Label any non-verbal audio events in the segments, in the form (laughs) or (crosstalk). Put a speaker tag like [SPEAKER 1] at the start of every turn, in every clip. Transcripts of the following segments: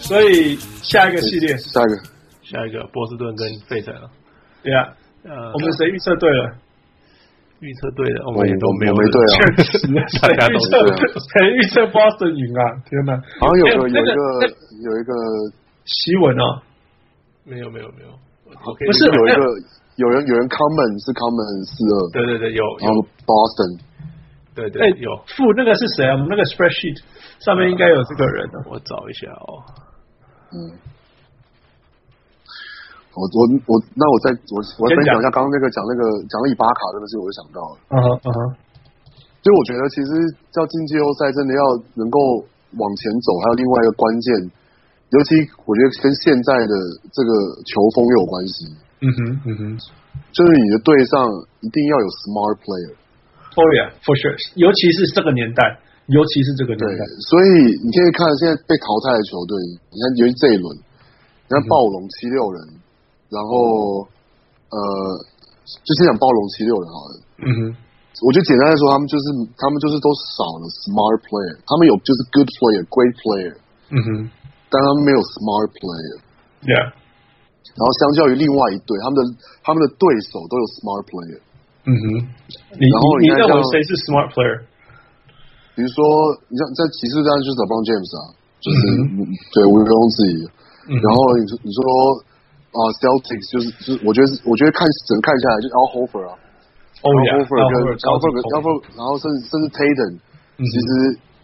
[SPEAKER 1] 所以下一个 (laughs) 系列是
[SPEAKER 2] 下一个
[SPEAKER 3] 下一个波士顿跟费城了。
[SPEAKER 1] 对啊，
[SPEAKER 3] 呃，
[SPEAKER 1] 我们谁预测对了？
[SPEAKER 3] 预测对了，我们也都没有
[SPEAKER 2] 我没对啊
[SPEAKER 1] 确实，谁
[SPEAKER 3] (laughs) 大家
[SPEAKER 1] 预
[SPEAKER 3] 都
[SPEAKER 1] 测
[SPEAKER 2] 对啊
[SPEAKER 1] 谁预测 Boston 赢啊？天哪！
[SPEAKER 2] 好像
[SPEAKER 1] 哎
[SPEAKER 2] 有个有一
[SPEAKER 1] 那
[SPEAKER 2] 个
[SPEAKER 1] 那
[SPEAKER 2] 有一个
[SPEAKER 1] 席文哦，
[SPEAKER 3] 没有没有没有，我
[SPEAKER 1] 不是
[SPEAKER 2] 有一个有人有人 comment 是哦 comment 很四二，
[SPEAKER 3] 对对对有
[SPEAKER 2] 然后
[SPEAKER 3] 有
[SPEAKER 2] Boston
[SPEAKER 3] 对对
[SPEAKER 1] 哎，
[SPEAKER 3] 有，
[SPEAKER 1] 傅那个是谁啊？我们那个 spreadsheet 上面应该有这个人哦。
[SPEAKER 3] 我找一下哦。
[SPEAKER 2] 我我我，那我再我我再
[SPEAKER 1] 先讲
[SPEAKER 2] 分享一下刚刚那个讲那个讲了伊巴卡这个事，我就想到了。
[SPEAKER 1] 嗯哼嗯哼，
[SPEAKER 2] 所以我觉得其实要进季后赛，真的要能够往前走，还有另外一个关键，尤其我觉得跟现在的这个球风有关系，
[SPEAKER 1] 嗯哼嗯哼。
[SPEAKER 2] 就是你的队上一定要有 smart player。
[SPEAKER 1] Oh yeah, for sure。尤其是这个年代，尤其是这个年
[SPEAKER 2] 对
[SPEAKER 1] 代。，
[SPEAKER 2] 所以你可以看现在被淘汰的球队，你看尤其这一轮，你看暴龙七六人，然后呃，就先讲暴龙七六人好了。
[SPEAKER 1] 嗯哼，
[SPEAKER 2] 我觉得简单来说，他们就是他们就是都少了 smart player，他们有就是 good player、great player，
[SPEAKER 1] 嗯哼
[SPEAKER 2] 但他们没有 smart player。
[SPEAKER 1] ，Yeah，
[SPEAKER 2] 然后相较于另外一队，他们的他们的对手都有 smart player，
[SPEAKER 1] 嗯哼。你
[SPEAKER 2] 然后
[SPEAKER 1] 你
[SPEAKER 2] 你看
[SPEAKER 1] 认为
[SPEAKER 2] 像
[SPEAKER 1] 谁是 smart player？
[SPEAKER 2] 比如说你像在骑士当然就是 LeBron James 啊，就是、
[SPEAKER 1] 嗯
[SPEAKER 2] 对毋庸置疑。然后你说你说啊、c e l t i c s 就是就是我觉得是我觉得看整个看下来就是 Al Horford 啊
[SPEAKER 1] Oh
[SPEAKER 2] ，Al
[SPEAKER 1] yeah，
[SPEAKER 2] Horford 跟 Al Horford 跟 Al Horford，然后甚至甚至 Tatum，其
[SPEAKER 1] 嗯
[SPEAKER 2] 实、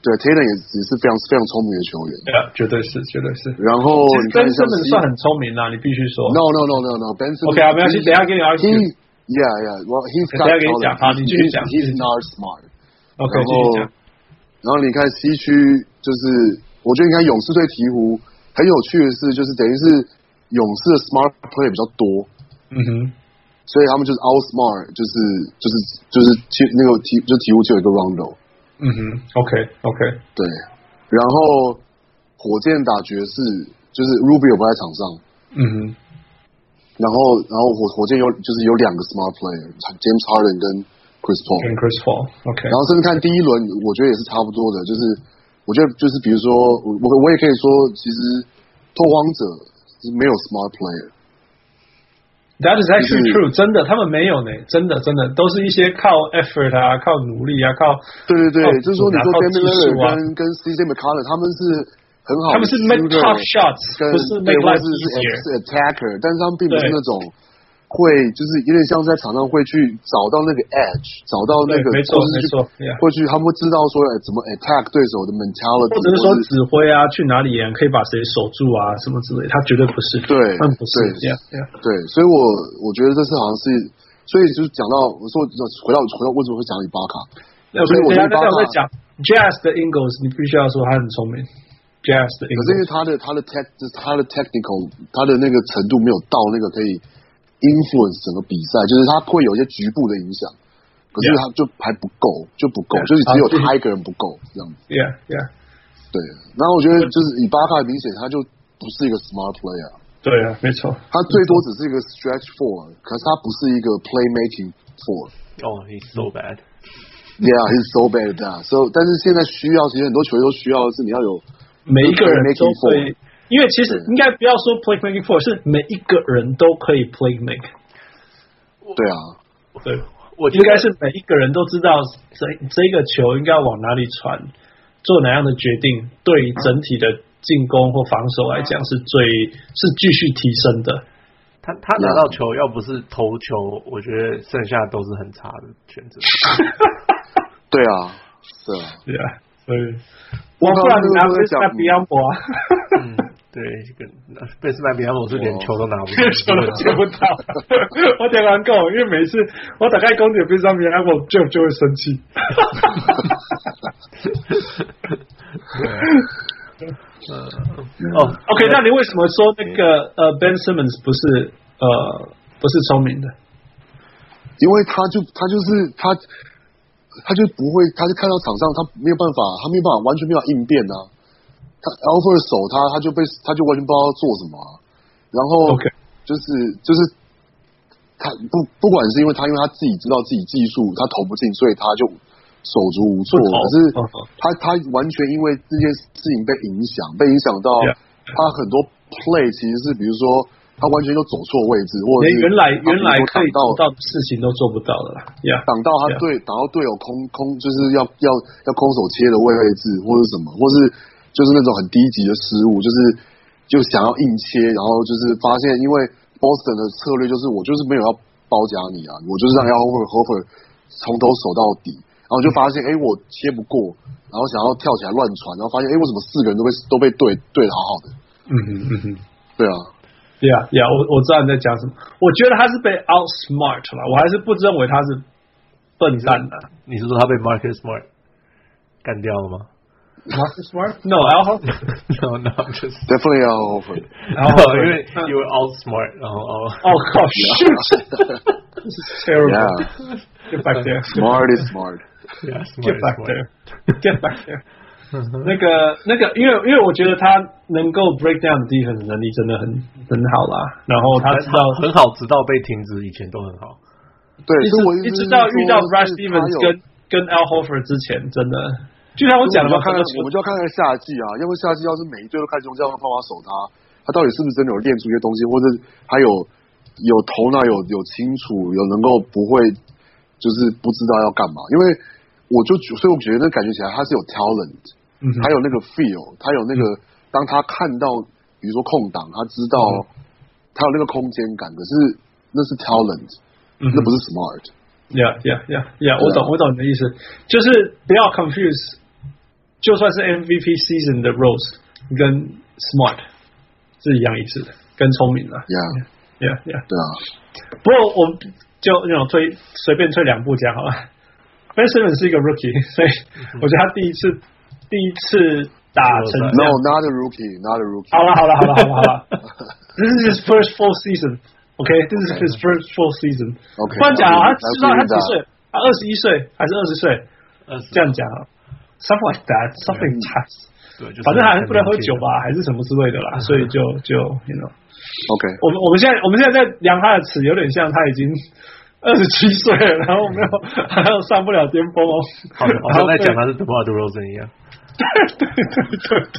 [SPEAKER 2] 对 Tatum 也也是非常非常聪明的球员。
[SPEAKER 1] Yeah，绝对是，绝对是。
[SPEAKER 2] 然后
[SPEAKER 1] 其实
[SPEAKER 2] 哦你看
[SPEAKER 1] Ben
[SPEAKER 2] 像
[SPEAKER 1] Simmons 算很聪明啦，啊你必须说。
[SPEAKER 2] No no no no no，Ben Simmons。
[SPEAKER 1] OK 啊，没关系，等一下给你
[SPEAKER 2] He
[SPEAKER 1] argue。
[SPEAKER 2] yeah yeah well he's
[SPEAKER 1] 等一下给你讲好你继续讲
[SPEAKER 2] He's not smart。
[SPEAKER 1] OK，
[SPEAKER 2] 然
[SPEAKER 1] 继续
[SPEAKER 2] 后
[SPEAKER 1] 讲。，
[SPEAKER 2] 然后你看西区，就是我觉得你看勇士对鹈鹕很有趣的是，就是等于是勇士的 smart play 比较多，
[SPEAKER 1] 嗯哼，
[SPEAKER 2] 所以他们就是 all smart，就是就是就是其那个鹈就鹈鹕就有一个 rondo，
[SPEAKER 1] 嗯哼，OK，OK，
[SPEAKER 2] 对，然后火箭打爵士，就是 Rubio 不在场上。
[SPEAKER 1] 嗯哼，
[SPEAKER 2] 然后，然后火火箭有就是有两个 smart player，James Harden 跟 Chris Paul，
[SPEAKER 1] 跟 Chris Paul，OK，
[SPEAKER 2] 然后甚至看第一轮，我觉得也是差不多的，就是我觉得就是比如说我我我也可以说，其实拓荒者是没有 smart player，
[SPEAKER 1] That is actually
[SPEAKER 2] 就是
[SPEAKER 1] true，真的，他们没有呢，真的真的都是一些靠 effort 啊，靠努力啊，靠
[SPEAKER 2] 对对对，
[SPEAKER 1] 靠
[SPEAKER 2] 就是说你说
[SPEAKER 1] 靠技
[SPEAKER 2] d a m i l l a r
[SPEAKER 1] 术啊，
[SPEAKER 2] 跟跟 CJ McCollum 他们是很好
[SPEAKER 1] 他
[SPEAKER 2] 的
[SPEAKER 1] 们是 make
[SPEAKER 2] shooter
[SPEAKER 1] tough shots，
[SPEAKER 2] 跟
[SPEAKER 1] 不是
[SPEAKER 2] 对
[SPEAKER 1] make
[SPEAKER 2] 或
[SPEAKER 1] life
[SPEAKER 2] 是是
[SPEAKER 1] easier。
[SPEAKER 2] 是 attacker，但是他们并不是
[SPEAKER 1] 对
[SPEAKER 2] 那种。会就是有点像是在场上会去找到那个 edge，找到那个
[SPEAKER 1] 对没错
[SPEAKER 2] 或
[SPEAKER 1] 没
[SPEAKER 2] 是去
[SPEAKER 1] 错，yeah
[SPEAKER 2] 会去他们会知道说哎怎么 attack 对手的 mentality，
[SPEAKER 1] 或者是说指挥啊，去哪里演可以把谁守住啊，什么之类，他绝对不是，
[SPEAKER 2] 对
[SPEAKER 1] 他们不是
[SPEAKER 2] 对
[SPEAKER 1] ，yeah yeah，
[SPEAKER 2] 对，所以我我觉得这次好像是，所以就是讲到我说回到回到为什么会讲伊巴卡，
[SPEAKER 1] 那不
[SPEAKER 2] 所以
[SPEAKER 1] 是
[SPEAKER 2] 我
[SPEAKER 1] 等一
[SPEAKER 2] 觉
[SPEAKER 1] 下等一下我在
[SPEAKER 2] 得巴卡
[SPEAKER 1] 讲 Jazz 的 Ingles，你必须要说他很聪明，Jazz 的
[SPEAKER 2] 可是因为
[SPEAKER 1] Ingles，
[SPEAKER 2] 他的他的 tech 就是他的 technical 他的那个程度没有到那个可以 influence 整个比赛，就是他会有一些局部的影响，可是
[SPEAKER 1] Yeah.
[SPEAKER 2] 他就还不够，就不够
[SPEAKER 1] Yeah.
[SPEAKER 2] 就是只
[SPEAKER 1] 啊
[SPEAKER 2] 有
[SPEAKER 1] 就是
[SPEAKER 2] 他一个人不够这样子。
[SPEAKER 1] yeah yeah，
[SPEAKER 2] 对，然后我觉得就是以巴卡明显他就不是一个 smart player，
[SPEAKER 1] 对啊，没错，
[SPEAKER 2] 他最多只是一个 stretch four，可是他不是一个 playmaking four。
[SPEAKER 3] 哦，He's so bad。
[SPEAKER 2] Yeah, he's so bad at that. So，但是现在需要，其实很多球队都需要的是你要有
[SPEAKER 1] 每一个人都
[SPEAKER 2] Playmaking four
[SPEAKER 1] 会，因为其实
[SPEAKER 2] 对
[SPEAKER 1] 应该不要说 play making four，是每一个人都可以 play make，
[SPEAKER 2] 对啊，
[SPEAKER 1] 对，
[SPEAKER 3] 我觉
[SPEAKER 1] 应
[SPEAKER 3] 得
[SPEAKER 1] 该是每一个人都知道这这个球应该往哪里传，做哪样的决定，对于整体的进攻或防守来讲是最是继续提升的。
[SPEAKER 3] 他他拿到球，要不是投球，我觉得剩下都是很差的选择。
[SPEAKER 2] 对啊，对啊。
[SPEAKER 1] 对啊，所以
[SPEAKER 2] 我
[SPEAKER 1] 我不然
[SPEAKER 2] 刚刚
[SPEAKER 1] 你拿
[SPEAKER 2] 都在
[SPEAKER 1] 贝斯
[SPEAKER 2] 讲
[SPEAKER 1] 麦比亚博啊，
[SPEAKER 3] 嗯，对，跟贝斯麦比他们，我是连球都拿 (laughs) 不
[SPEAKER 1] 这球都 (laughs) 接不到，我点完够，因为每次我大概攻击贝斯麦比亚博就就会生气。
[SPEAKER 3] 到。哦
[SPEAKER 1] OK，那你为什么说那个呃 Ben Simmons 不是呃不是聪明的？
[SPEAKER 2] 因为他就他就是他，他就不会，他就看到场上他没有办法，他没有办法完全没有办法应变啊。他 offer 守他，他就被他就完全不知道做什么啊、然后
[SPEAKER 1] OK
[SPEAKER 2] 就是就是他不不管是因为他因为他自己知道自己技术他投不进，所以他就手足无措。
[SPEAKER 1] 不投
[SPEAKER 2] 可是
[SPEAKER 1] 嗯嗯
[SPEAKER 2] 他他完全因为这件事情被影响，被影响到
[SPEAKER 1] Yeah
[SPEAKER 2] 他很多 play 其实是比如说他完全都走错位置，或者
[SPEAKER 1] 连
[SPEAKER 2] 是
[SPEAKER 1] 原来
[SPEAKER 2] 他
[SPEAKER 1] 原来可以
[SPEAKER 2] 挡
[SPEAKER 1] 做
[SPEAKER 2] 到
[SPEAKER 1] 到的事情都做不到的啦。呀、
[SPEAKER 2] 挡到
[SPEAKER 1] Yeah.
[SPEAKER 2] 他队挡到队友空空就是要要要空手切的位位置或者什么，或是就是那种很低级的失误，就是就想要硬切，然后就是发现因为 Boston 的策略就是我就是没有要包夹你啊，我就是让 a l h o f e r h o f e r 从头守到底，然后就发现哎、诶我切不过，然后想要跳起来乱传，然后发现哎、诶为什么四个人都被都被对对的好好的，
[SPEAKER 1] 嗯哼嗯哼。
[SPEAKER 2] 对啊，
[SPEAKER 1] 对呀，对呀，我我知道你在讲什么。我觉得他是被 outsmart 了，我还是不认为他是笨蛋的。
[SPEAKER 3] 你是说他被 Marcus Smart 干掉了吗
[SPEAKER 1] Marcus Smart？No，Al h o
[SPEAKER 3] ？No no，就是 (laughs)
[SPEAKER 2] definitely a l h o f e r
[SPEAKER 1] 然后
[SPEAKER 3] 因为
[SPEAKER 2] 嗯
[SPEAKER 3] you were all smart，然后哦
[SPEAKER 1] 哦
[SPEAKER 2] (laughs)
[SPEAKER 1] 靠，shoot，这是 terrible。
[SPEAKER 2] yeah
[SPEAKER 1] Get back
[SPEAKER 2] (laughs)
[SPEAKER 1] there，get
[SPEAKER 2] smart is smart，
[SPEAKER 3] ，yeah 啊 smart
[SPEAKER 1] back
[SPEAKER 3] smart，
[SPEAKER 1] there，get back there。那
[SPEAKER 3] 嗯
[SPEAKER 1] 个那个，因为因为我觉得他能够 break down 的 defense 能力真的很很好啦。然后他知道
[SPEAKER 3] 很好，直到被停止以前都很好。
[SPEAKER 2] 对，
[SPEAKER 1] 一
[SPEAKER 2] 所以我
[SPEAKER 1] 直一直
[SPEAKER 2] 直
[SPEAKER 1] 到遇到 Rush
[SPEAKER 2] Rush
[SPEAKER 1] Stevens 跟跟 Al h o f e r 之前，真的就像我讲
[SPEAKER 2] 我
[SPEAKER 1] 的嘛，
[SPEAKER 2] 们就要看看
[SPEAKER 1] 这个
[SPEAKER 2] 我们就要看看夏季啊，要不然夏季要是每一队都开始用这样的方法守他，他到底是不是真的有练出一些东西，或者他有有头脑有有清楚，有能够不会就是不知道要干嘛？因为我就所以我觉得感觉起来他是有 talent，
[SPEAKER 1] 嗯哼
[SPEAKER 2] 他有那个 feel，他有那个当他看到比如说空档，他知道
[SPEAKER 1] 嗯
[SPEAKER 2] 他有那个空间感，可是那是 talent，
[SPEAKER 1] 嗯哼
[SPEAKER 2] 那不是 smart。
[SPEAKER 1] Yeah, yeah, yeah, yeah. 我
[SPEAKER 2] 对啊
[SPEAKER 1] 懂，我懂你的意思，就是不要 confuse，就算是 MVP season 的 Rose 跟 Smart 是一样意思的，跟聪明的。
[SPEAKER 2] Yeah，
[SPEAKER 1] Yeah, yeah.
[SPEAKER 2] 对啊，
[SPEAKER 1] 不过我们就那种推随便推两步讲好了。Ben Simmons 是一个 rookie，所以 (laughs) 我觉得他第一次第一次打成这样
[SPEAKER 2] No, not a rookie, not a rookie.
[SPEAKER 1] 好了好了好了好了好
[SPEAKER 2] (laughs)
[SPEAKER 1] 了，This is his first full season. OK, this is his first full season.
[SPEAKER 2] OK，
[SPEAKER 1] 不然讲啊，他
[SPEAKER 2] 来
[SPEAKER 1] 知道他
[SPEAKER 2] 来
[SPEAKER 1] 几岁？他二十一岁还是二十岁？
[SPEAKER 3] 二十
[SPEAKER 1] 这样讲啊，something like that，something
[SPEAKER 3] 嗯
[SPEAKER 1] that，
[SPEAKER 3] 对，就是
[SPEAKER 1] 反正还是不能喝
[SPEAKER 3] 很年
[SPEAKER 1] 酒
[SPEAKER 3] 轻的？
[SPEAKER 1] 吧，还是什么之类的
[SPEAKER 3] 嗯
[SPEAKER 1] 啦，所以就就 you know，
[SPEAKER 2] OK，
[SPEAKER 1] 我们我们现在我们现在在量他的尺，有点像他已经 (laughs) 二十七岁了，然后没
[SPEAKER 3] (laughs)
[SPEAKER 1] 有还有上不了巅峰哦，
[SPEAKER 3] 好像好
[SPEAKER 1] 然
[SPEAKER 3] 像
[SPEAKER 1] 后
[SPEAKER 3] 在讲
[SPEAKER 1] 对
[SPEAKER 3] 他是 DeMar DeRozan 一样。
[SPEAKER 1] (laughs) 对对对对，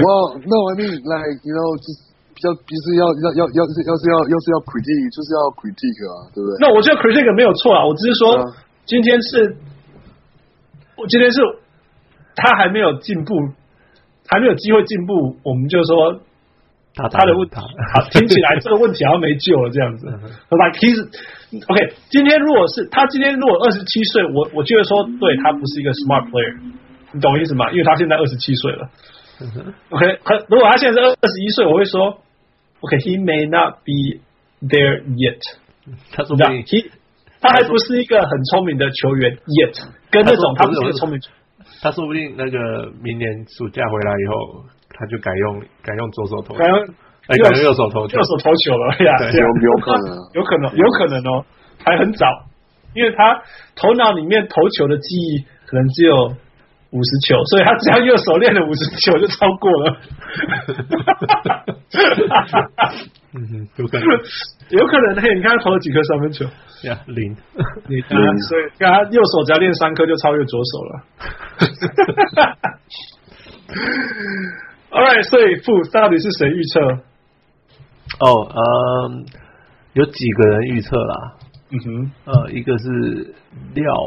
[SPEAKER 2] Well, no, I mean, like you know, just 要就是要要要要是要是要要是要 critique，就是要 critique 啊，对不对？
[SPEAKER 1] 那我觉得 critic 没有错啊，我只是说、
[SPEAKER 2] 嗯
[SPEAKER 1] 今天是，我今天是他还没有进步，还没有机会进步，我们就说
[SPEAKER 3] 他打
[SPEAKER 1] 他的
[SPEAKER 3] 不
[SPEAKER 1] 问题
[SPEAKER 3] 他，
[SPEAKER 1] 好听起来这个问题好像没救了这样子。Like
[SPEAKER 3] 嗯
[SPEAKER 1] he's OK，今天如果是他今天如果二十七岁，我我觉得说对他不是一个 smart player，你懂我意思吗？因为他现在二十七岁了。OK，他
[SPEAKER 3] 嗯
[SPEAKER 1] 如果他现在是二二十一岁，我会说 OK，he、may not be there yet，
[SPEAKER 3] (laughs) 他说
[SPEAKER 1] 你知
[SPEAKER 3] 不
[SPEAKER 1] 道
[SPEAKER 3] 定
[SPEAKER 1] ？He 他还不是一个很聪明的球员 yet，跟那种
[SPEAKER 3] 他
[SPEAKER 1] 他
[SPEAKER 3] 说
[SPEAKER 1] 不是一个
[SPEAKER 3] 不是
[SPEAKER 1] 聪明球员
[SPEAKER 3] 他说不定那个明年暑假回来以后，他就改用改用左手投球，
[SPEAKER 1] 感觉
[SPEAKER 3] 哎，改用右手投球
[SPEAKER 1] 右。手投球了呀，
[SPEAKER 3] 对
[SPEAKER 1] 对啊
[SPEAKER 2] 有有可能啊
[SPEAKER 1] (laughs) 有可能，有可能哦，还很早，因为他头脑里面投球的记忆可能只有五十球，所以他只要右手练了五十球就超过了， (laughs)
[SPEAKER 3] 嗯哼，有 (laughs) 可能
[SPEAKER 1] 有可能嘿，你看他投了几颗三分球，
[SPEAKER 3] 呀，零。 (laughs)
[SPEAKER 1] 你
[SPEAKER 2] 嗯
[SPEAKER 1] 看他，所以看他右手只要练三颗就超越左
[SPEAKER 2] (laughs)
[SPEAKER 1] 手了。Alright，所以负到底是谁预测？
[SPEAKER 3] 哦，嗯，有几个人预测啦？
[SPEAKER 1] 嗯哼
[SPEAKER 3] 呃，一个是廖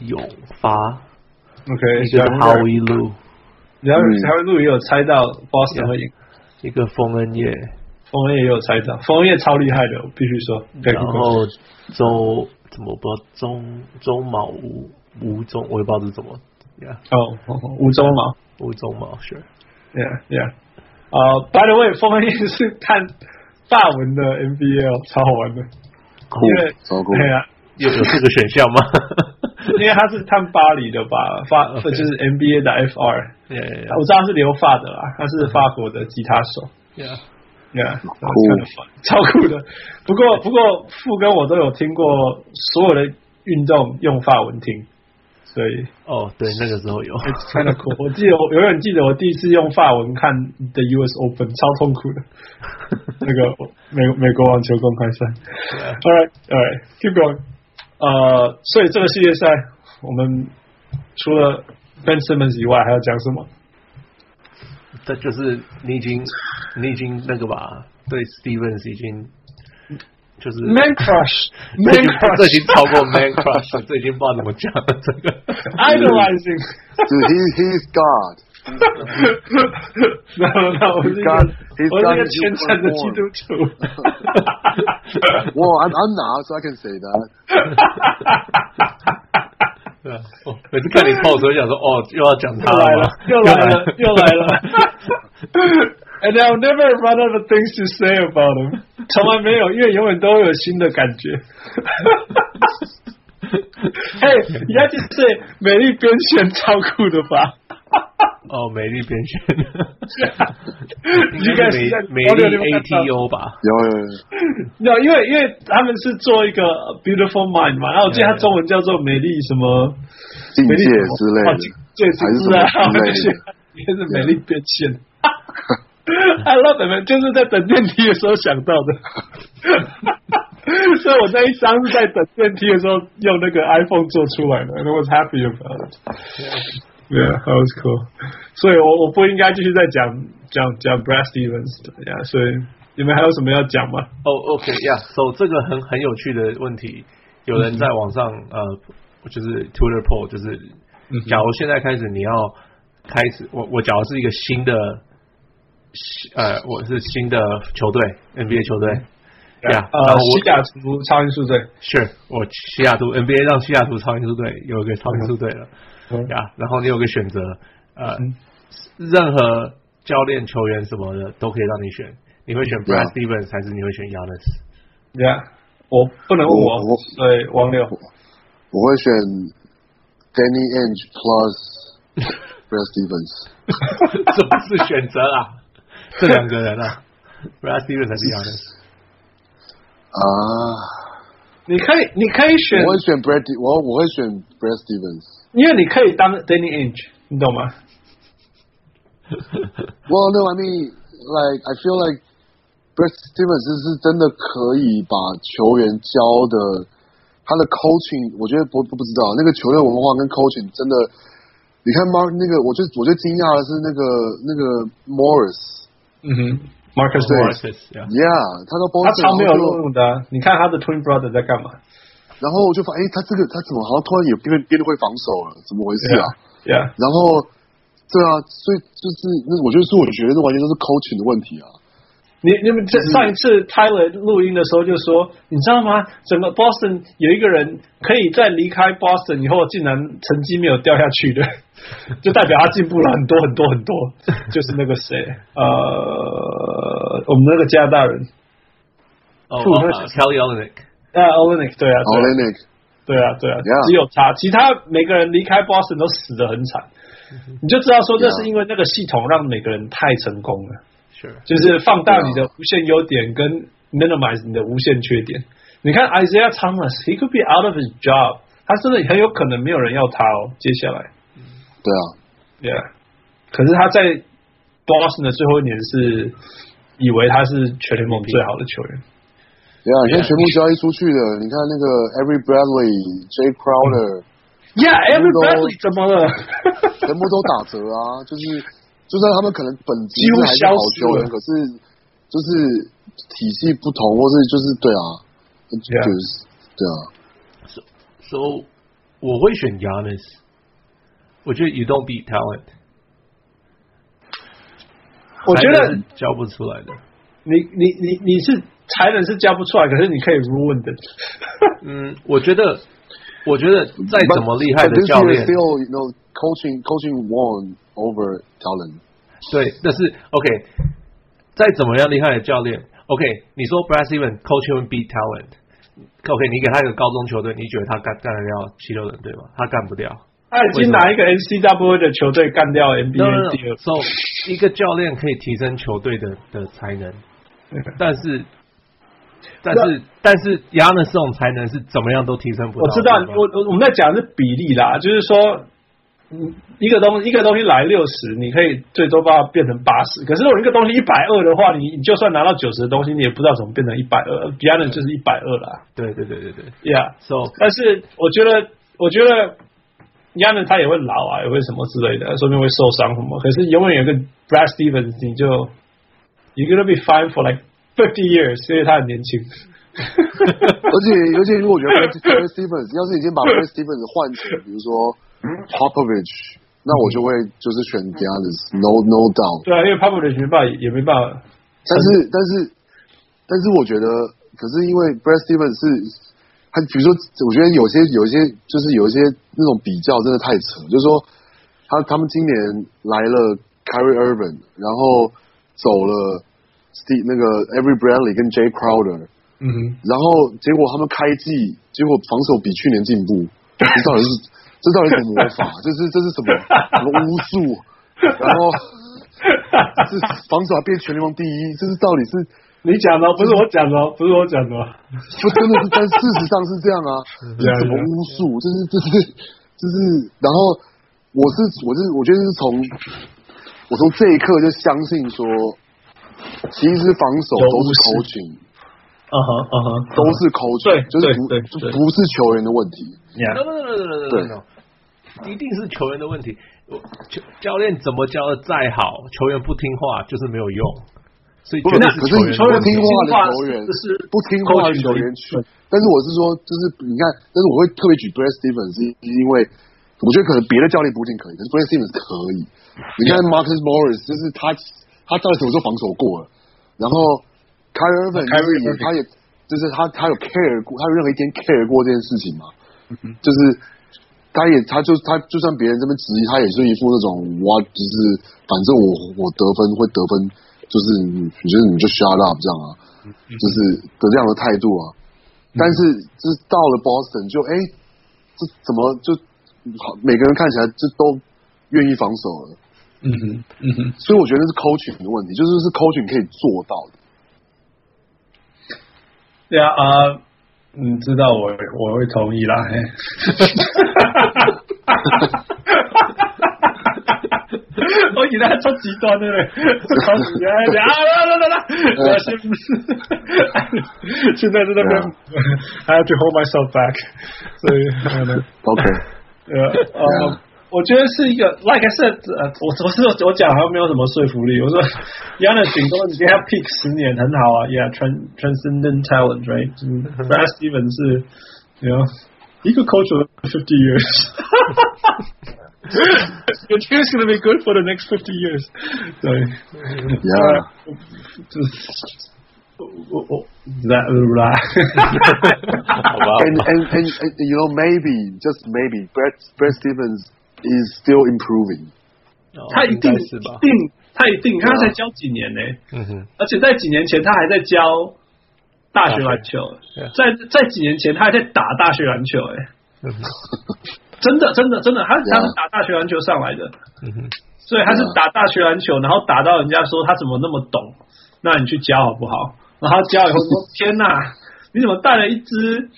[SPEAKER 3] 永发，
[SPEAKER 1] ，OK，
[SPEAKER 3] 一个是 Howie Lu，
[SPEAKER 1] 然后
[SPEAKER 2] 嗯
[SPEAKER 1] 台湾路也有猜到 Boston
[SPEAKER 3] Yeah
[SPEAKER 1] 会赢。
[SPEAKER 3] 一个冯恩业，
[SPEAKER 1] 枫叶也有猜到，枫叶超厉害的，我必须说。对
[SPEAKER 3] 然后周怎么不知道中周某吴吴中，我也不知道是怎么呀，
[SPEAKER 1] 哦，哦吴宗嘛
[SPEAKER 3] 吴中某是
[SPEAKER 1] ，Yeah Yeah。呃，By the way，枫叶是看法文的 NBA 哦，超好玩的，
[SPEAKER 2] 酷
[SPEAKER 1] 因为，
[SPEAKER 2] 超酷，
[SPEAKER 1] 对啊，
[SPEAKER 3] 有有这个选项 (laughs) 吗？
[SPEAKER 1] 因为他是看巴黎的吧，法
[SPEAKER 3] OK
[SPEAKER 1] 就是 NBA 的 FR，
[SPEAKER 3] 呀呀呀
[SPEAKER 1] 我知道他是留法的啦，他是法国的吉他手。
[SPEAKER 3] 呀！
[SPEAKER 1] Yeah，超酷的。不过不过，富跟我都有听过所有的运动用法文听，所以
[SPEAKER 3] 哦，对，那个时候有，
[SPEAKER 1] It's kind of cool。我记得 (laughs) 我永远记得我第一次用法文看的 US Open，超痛苦
[SPEAKER 3] (laughs)
[SPEAKER 1] 的。那个美美国网球公开赛。All right, all right, keep going。呃，所以这个系列赛我们除了 Ben Simmons 以外，还要讲什么？
[SPEAKER 3] 这就是你已经你已经那个吧，对 Stevens 已经就是
[SPEAKER 1] (laughs) ，Man Crush，Man
[SPEAKER 3] 这已经这已
[SPEAKER 1] Crush，
[SPEAKER 3] 经超过 Man Crush，了这已经不知道怎么讲了。这个
[SPEAKER 1] idolizing。 (laughs)
[SPEAKER 2] Dude, he he's God.
[SPEAKER 1] 然后，然后我是一个
[SPEAKER 2] He's got- he's
[SPEAKER 1] 我是一个
[SPEAKER 2] got his
[SPEAKER 1] 虔诚的基督
[SPEAKER 3] (laughs)
[SPEAKER 1] 徒。 (laughs)
[SPEAKER 2] Well, I'm I'm not, so I can say that.
[SPEAKER 3] 对啊， (laughs) 哦每次看你 pose，我就想说哦，又要讲他
[SPEAKER 1] 又来了
[SPEAKER 3] 吗，
[SPEAKER 1] 啊 (laughs) 又来了，又来了。And I'll never run out of things to say about him。从来没有，因为永远都有新的感 (laughs) 觉。嘿，人家就是美丽边缘超酷的 (laughs) 吧？
[SPEAKER 3] (laughs) 哦，美丽边缘，
[SPEAKER 1] 你
[SPEAKER 3] 应该
[SPEAKER 1] 看
[SPEAKER 3] 是
[SPEAKER 1] 现在
[SPEAKER 3] 美美
[SPEAKER 1] 我有没
[SPEAKER 3] 丽
[SPEAKER 1] 有看到
[SPEAKER 3] ATO 吧？
[SPEAKER 2] 有有有，
[SPEAKER 1] 那因为因为他们是做一个呃 Beautiful Mind 嘛，然后我记得它
[SPEAKER 3] Yeah.
[SPEAKER 1] 中文叫做美丽什么
[SPEAKER 2] 境
[SPEAKER 1] 美丽
[SPEAKER 2] 界
[SPEAKER 1] 什么
[SPEAKER 2] 之类
[SPEAKER 1] 哦
[SPEAKER 2] 的
[SPEAKER 1] 境，对，
[SPEAKER 2] 还是
[SPEAKER 1] 是
[SPEAKER 2] 什么
[SPEAKER 1] 啊，
[SPEAKER 2] 之类
[SPEAKER 1] 那些
[SPEAKER 2] 的。
[SPEAKER 1] (laughs) 就是美丽变现。I love it，man，就是在等电梯的时候想到的。 (laughs) 所以我那一张是在等电梯的时候用那个 iPhone 做出来的，and I was happy about it. Yeah, that was cool. 所以我我不应该继续再讲讲讲 Brad Stevens 的呀。所以你们还有什么要讲吗？
[SPEAKER 3] 哦、o k y e a h s o 这个很很有趣的问题，有人在网上、呃，就是 Twitter poll，就是、假如现在开始你要开始，我我假如是一个新的，新呃，我是新的球队 NBA 球队，对啊，然
[SPEAKER 1] 呃
[SPEAKER 3] 后，我
[SPEAKER 1] 西雅图超音速队。
[SPEAKER 3] 是我西雅图 NBA 让西雅图超音速队有一个超音速队了，
[SPEAKER 1] 嗯
[SPEAKER 3] 呀、然后你有个选择，呃，任何教练、球员什么的都可以让你选，你会选 Brad Stevens 还是你会选 Yanis？
[SPEAKER 1] Yeah，我不能问我，
[SPEAKER 2] 我我
[SPEAKER 1] 对王六，
[SPEAKER 2] 我会选 Danny Ainge plus Brad Stevens。
[SPEAKER 3] (laughs) 这不是选择啊，这两个人啊，Brad Stevens 还是 Yanis？
[SPEAKER 2] 啊，
[SPEAKER 1] 你可以你可以选
[SPEAKER 2] 我，会选 Brad，我我会选 Brad Stevens。
[SPEAKER 1] 因为你可以当 Danny Ainge，你懂吗？
[SPEAKER 2] Well, no, I mean, like I feel like Brad Stevens 是是真的可以把球员教的，他的 coaching，我觉得不不不知道那个球员文化跟 coaching 真的，你看 Mark 那个，我最我最惊讶的是那个那个
[SPEAKER 1] 嗯
[SPEAKER 2] Morris，Yeah，
[SPEAKER 1] 哼，Marcus
[SPEAKER 2] 对
[SPEAKER 1] Morris，
[SPEAKER 3] 呀，
[SPEAKER 2] 他到 b o
[SPEAKER 1] 他
[SPEAKER 2] s
[SPEAKER 1] 超没有路用的啊、你看他的 Twin Brother 在干嘛
[SPEAKER 2] 然后我就发，哎，他这个他怎么好像突然也变变得会防守了？怎么回事啊？
[SPEAKER 1] ？Yeah，
[SPEAKER 2] 然后，对啊，所以就是那我觉得是我觉得那完全都是 coaching 的问题啊。
[SPEAKER 1] 你你们这上一次 Tyler 录音的时候就说，你知道吗？整个 Boston 有一个人可以在离开 Boston 以后，竟然成绩没有掉下去的， (laughs) 就代表他进步了很多很多很 (laughs) 多。就是那个谁，呃，我们那个加拿大人，
[SPEAKER 3] 哦
[SPEAKER 1] 兔那
[SPEAKER 3] 哦，Kelly Olynyk，
[SPEAKER 1] 呃 o l e n i k 对啊，
[SPEAKER 2] 然后
[SPEAKER 1] 对啊
[SPEAKER 2] n i c
[SPEAKER 1] 对啊，对啊
[SPEAKER 2] Yeah.
[SPEAKER 1] 只有他，其他每个人离开 Boston 都死得很惨，你就知道说这是因为那个系统让每个人太成功了，
[SPEAKER 3] 是
[SPEAKER 1] 就是放大你的无限优点跟 minimize 你的无限缺点。你看 Isaiah Thomas，he could be out of his job，他真的很有可能没有人要他哦。接下来
[SPEAKER 2] 对啊，
[SPEAKER 1] ，Yeah，可是他在 Boston 的最后一年是以为他是全联盟最好的球员。
[SPEAKER 2] 对啊，你看全部交易出去的，你看那个 Every Bradley、Jay Crowder，
[SPEAKER 3] 嗯
[SPEAKER 1] Yeah，Every
[SPEAKER 2] 都
[SPEAKER 1] Bradley 怎么了？
[SPEAKER 2] 全部都打折啊！ (laughs) 就是就算他们可能本质
[SPEAKER 1] 几乎
[SPEAKER 2] 还是
[SPEAKER 1] 消
[SPEAKER 2] 好
[SPEAKER 1] 失
[SPEAKER 2] 球
[SPEAKER 3] (laughs)
[SPEAKER 1] 了
[SPEAKER 2] 员，可是就是体系不同，或是就是对啊，就是
[SPEAKER 1] 啊
[SPEAKER 2] 对啊，
[SPEAKER 3] ，So 我会选 Yanis，我觉得 You don't beat talent，
[SPEAKER 1] (laughs) 我觉
[SPEAKER 3] 还
[SPEAKER 1] 得
[SPEAKER 3] 是教不出来的，
[SPEAKER 1] 你你你你是才能是教不出来，可是你可以 ruin (laughs) 的。
[SPEAKER 3] 嗯，我觉得我觉得再怎么厉害
[SPEAKER 2] But
[SPEAKER 3] 的
[SPEAKER 2] this
[SPEAKER 3] 教
[SPEAKER 2] year
[SPEAKER 3] 练。
[SPEAKER 2] ，still you know coaching coaching won over talent。
[SPEAKER 3] 对，但是 OK，再怎么样厉害的教练，OK，你说 Brad Stevens coach and beat talent，OK，、你给他一个高中球队，你觉得他干干得掉七六人队吗？他干不掉。
[SPEAKER 1] 他已经拿一个 NCW 的球队干掉
[SPEAKER 3] No no
[SPEAKER 1] NBA 第二，
[SPEAKER 3] no，so 一个教练可以提升球队的的才能，但是。但是，但是，亚的这种才能是怎么样都提升不到
[SPEAKER 1] 我
[SPEAKER 3] 的。
[SPEAKER 1] 知道，
[SPEAKER 3] 对吧
[SPEAKER 1] 我我我们在讲的是比例啦，就是说，嗯，一个东一个东西来六十，你可以最多把它变成八十。可是如果一个东西一百二的话，你你就算拿到九十的东西，你也不知道怎么变成一百二。b e y o n 就是一百二啦
[SPEAKER 3] 对对对对对
[SPEAKER 1] ，Yeah。
[SPEAKER 3] ，so
[SPEAKER 1] 但是我觉得，我觉得呃亚伦他也会老啊，也会什么之类的，说不定会受伤什么。可是永远有个 Brad Stevens，你就 you gonna be fine for like fifty years，因为他很年轻。 (laughs)
[SPEAKER 2] 而且而且，如果我觉得
[SPEAKER 3] (laughs)
[SPEAKER 2] Brad Stevens，要是已经把 Brad Stevens 换成比如说
[SPEAKER 3] 嗯
[SPEAKER 2] Popovich，那我就会就是选 d i a n i s no no doubt。
[SPEAKER 1] 对啊，因为 Popovich 没办法，也没办法。
[SPEAKER 2] 但是但是但是，我觉得，可是因为 Brad Stevens 是，他比如说，我觉得有些有些就是有一些那种比较真的太扯，就是说他他们今年来了 Kyrie Irving，然后走了 Steve 那个 Every Bradley 跟 Jay Crowder，
[SPEAKER 1] 嗯哼，
[SPEAKER 2] 然后结果他们开季结果防守比去年进步，
[SPEAKER 1] (laughs)
[SPEAKER 2] 这到底是这到底是什么魔法？这是这是什么什么巫术？然
[SPEAKER 1] (laughs)
[SPEAKER 2] 后是防守还变全联盟第一，这是到底是？
[SPEAKER 1] 你讲的哦不是我讲的哦，不是我讲的哦。
[SPEAKER 2] 不真的是，但事实上是这样啊，
[SPEAKER 1] 对
[SPEAKER 2] 这
[SPEAKER 1] 啊
[SPEAKER 2] 是什么巫术？这是这是这是，然后我是我是我觉得是从我从这一刻就相信说，其实防守
[SPEAKER 1] 有
[SPEAKER 2] 都
[SPEAKER 1] 巫
[SPEAKER 2] 是
[SPEAKER 1] 师
[SPEAKER 2] coaching，
[SPEAKER 1] 嗯哼嗯哼，
[SPEAKER 2] 都是 coaching，
[SPEAKER 1] 对
[SPEAKER 2] 就是不
[SPEAKER 1] 对
[SPEAKER 2] 就
[SPEAKER 1] 对对
[SPEAKER 2] 不是球员的问题。
[SPEAKER 3] no no no no no no no，no，一定是球员的问题。我球教练怎么教的再好，球员不听话就是没有用。所以绝对
[SPEAKER 2] 那可是
[SPEAKER 3] 球
[SPEAKER 2] 你
[SPEAKER 3] 员
[SPEAKER 2] 球
[SPEAKER 3] 的
[SPEAKER 2] 员
[SPEAKER 3] 问题
[SPEAKER 2] 听话的球
[SPEAKER 3] (laughs)
[SPEAKER 2] 员
[SPEAKER 1] 这是
[SPEAKER 2] 不听话的
[SPEAKER 1] coaching
[SPEAKER 2] 球员
[SPEAKER 1] 的
[SPEAKER 2] 去。但是我是说，就是你看，但是我会特别举 Brad Stevens，是因为我觉得可能别的教练不一定可以，可是 Brad Stevens 可以。你看 Marcus Morris，就是他他到底什么时候防守过了？然后 Kyrie Irving，就是
[SPEAKER 1] Kyrie
[SPEAKER 2] 也
[SPEAKER 1] Irving
[SPEAKER 2] 他也就是他他有 care 过，他有任何一天 care 过这件事情吗？
[SPEAKER 1] 嗯
[SPEAKER 2] 就是他也，他就他就算别人这边质疑，他也是一副那种哇，就是反正我我得分会得分，就是你你就是你就 shut up 这样啊，
[SPEAKER 1] 嗯
[SPEAKER 2] 就是的这样的态度啊。但是就是到了 Boston 就哎、这怎么就好每个人看起来就都愿意防守了，
[SPEAKER 1] 嗯哼嗯哼。
[SPEAKER 2] 所以我觉得是 coaching 的问题，就是是 coaching 可以做到
[SPEAKER 1] (laughs)
[SPEAKER 2] 的。
[SPEAKER 1] 对啊啊，你知道我我会同意啦。嘿 (laughs) 我以为他出极端的嘞，同意啊！啊来来来来，我要先， (laughs) 现在在那边、i (laughs) have to hold myself back，所以还有呢。
[SPEAKER 2] OK，
[SPEAKER 1] 呃 (laughs) 呃
[SPEAKER 2] Yeah.，
[SPEAKER 1] 我觉得是一个，like I said，呃，我 (laughs) 我是我讲好像没有什么说服力。我说 Yanis 顶多你给他 pick 十年很好啊，Yeah，trans transcendent talent，right？Brad Stevens 是，you know，he could coach for fifty years。Your team's gonna be good for the next fifty years。对。
[SPEAKER 2] yeah，
[SPEAKER 1] 就是我我我啦啦，
[SPEAKER 3] 好吧
[SPEAKER 2] and and and, and you know maybe just maybe Brad Brad Stevens is still improving。
[SPEAKER 3] 哦
[SPEAKER 1] 他一定
[SPEAKER 3] 应该
[SPEAKER 1] 一
[SPEAKER 3] 是吧？
[SPEAKER 1] 定他一定，他
[SPEAKER 2] 对啊
[SPEAKER 1] 才教几年呢、
[SPEAKER 3] 嗯哼，
[SPEAKER 1] 而且在几年前他还在教大学篮球，
[SPEAKER 3] 对
[SPEAKER 1] 在在几年前他还在打大学篮球、哎，
[SPEAKER 3] 嗯哼，
[SPEAKER 1] 真的真的真的，他
[SPEAKER 2] 对啊
[SPEAKER 1] 他是打大学篮球上来的，
[SPEAKER 3] 嗯哼，
[SPEAKER 1] 所以他是
[SPEAKER 2] 对啊
[SPEAKER 1] 打大学篮球，然后打到人家说他怎么那么懂，那你去教好不好？然后他教以后说天哪，你怎么带了一支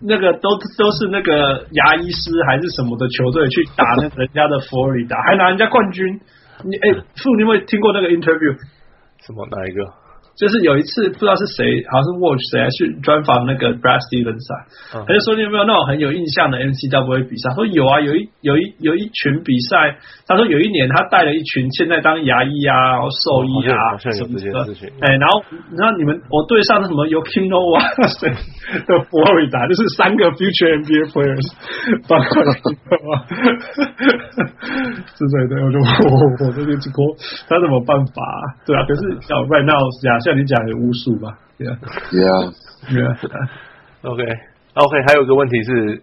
[SPEAKER 1] 那个都都是那个牙医师还是什么的球队去打那个人家的佛罗里达，还拿人家冠军？你哎，傅，你有没有听过那个 interview？
[SPEAKER 3] (laughs) 什么哪一个？
[SPEAKER 1] 就是有一次不知道是谁，好像是 Watch 谁啊去专访那个 Brad Stevens 啊，
[SPEAKER 3] 嗯
[SPEAKER 1] 他就说你有没有那种很有印象的 NCAA 比赛？他说有啊，有一有一有一群比赛，他说有一年他带了一群现在当牙医啊，然后兽医啊、
[SPEAKER 3] 哦好像
[SPEAKER 1] 什
[SPEAKER 3] 有好像有
[SPEAKER 1] 么
[SPEAKER 3] 这件
[SPEAKER 1] 的
[SPEAKER 3] 事情，
[SPEAKER 1] 哎，然后你知道你们我对上是什么 y o k i n o w a (laughs) 的 Florida，就是啊三个 future NBA players，包括 Okinawa 之类的，我就我我这边直播，他怎么办法、啊？对啊，可是像 right now 假像你讲的巫术吧，对啊，
[SPEAKER 2] Yeah，
[SPEAKER 1] 对啊。
[SPEAKER 3] OK OK，还有一个问题是，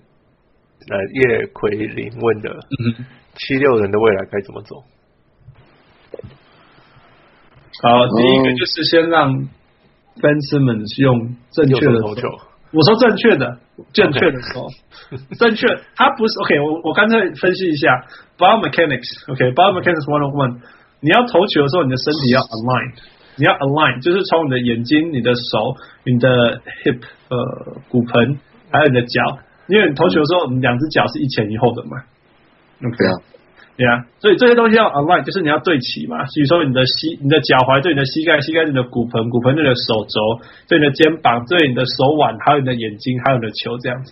[SPEAKER 3] 呃，叶奎林问的，
[SPEAKER 1] 嗯
[SPEAKER 3] 七六人的未来该怎么走？
[SPEAKER 1] 好，第一个就是先让 Ben Simmons 用正
[SPEAKER 3] 右
[SPEAKER 1] 确的
[SPEAKER 3] 手投球，
[SPEAKER 1] 我说正确的，正确的说正确，他不是 OK 我。我干脆分析一下 biomechanics，OK，biomechanics、one on one。你要投球的时候，你的身体要 align，你要 align，就是从你的眼睛、你的手、你的 hip 呃骨盆，还有你的脚，因为你投球的时候，你两只脚是一前一后的嘛。OK
[SPEAKER 2] 对啊，
[SPEAKER 1] 对啊，所以这些东西要 align，就是你要对齐嘛。比如说你的膝、你的脚踝对你的膝盖，膝盖对你的骨盆，骨盆对你的手肘，对你的肩膀，对你的手腕，还有你的眼睛，还有你的球这样子。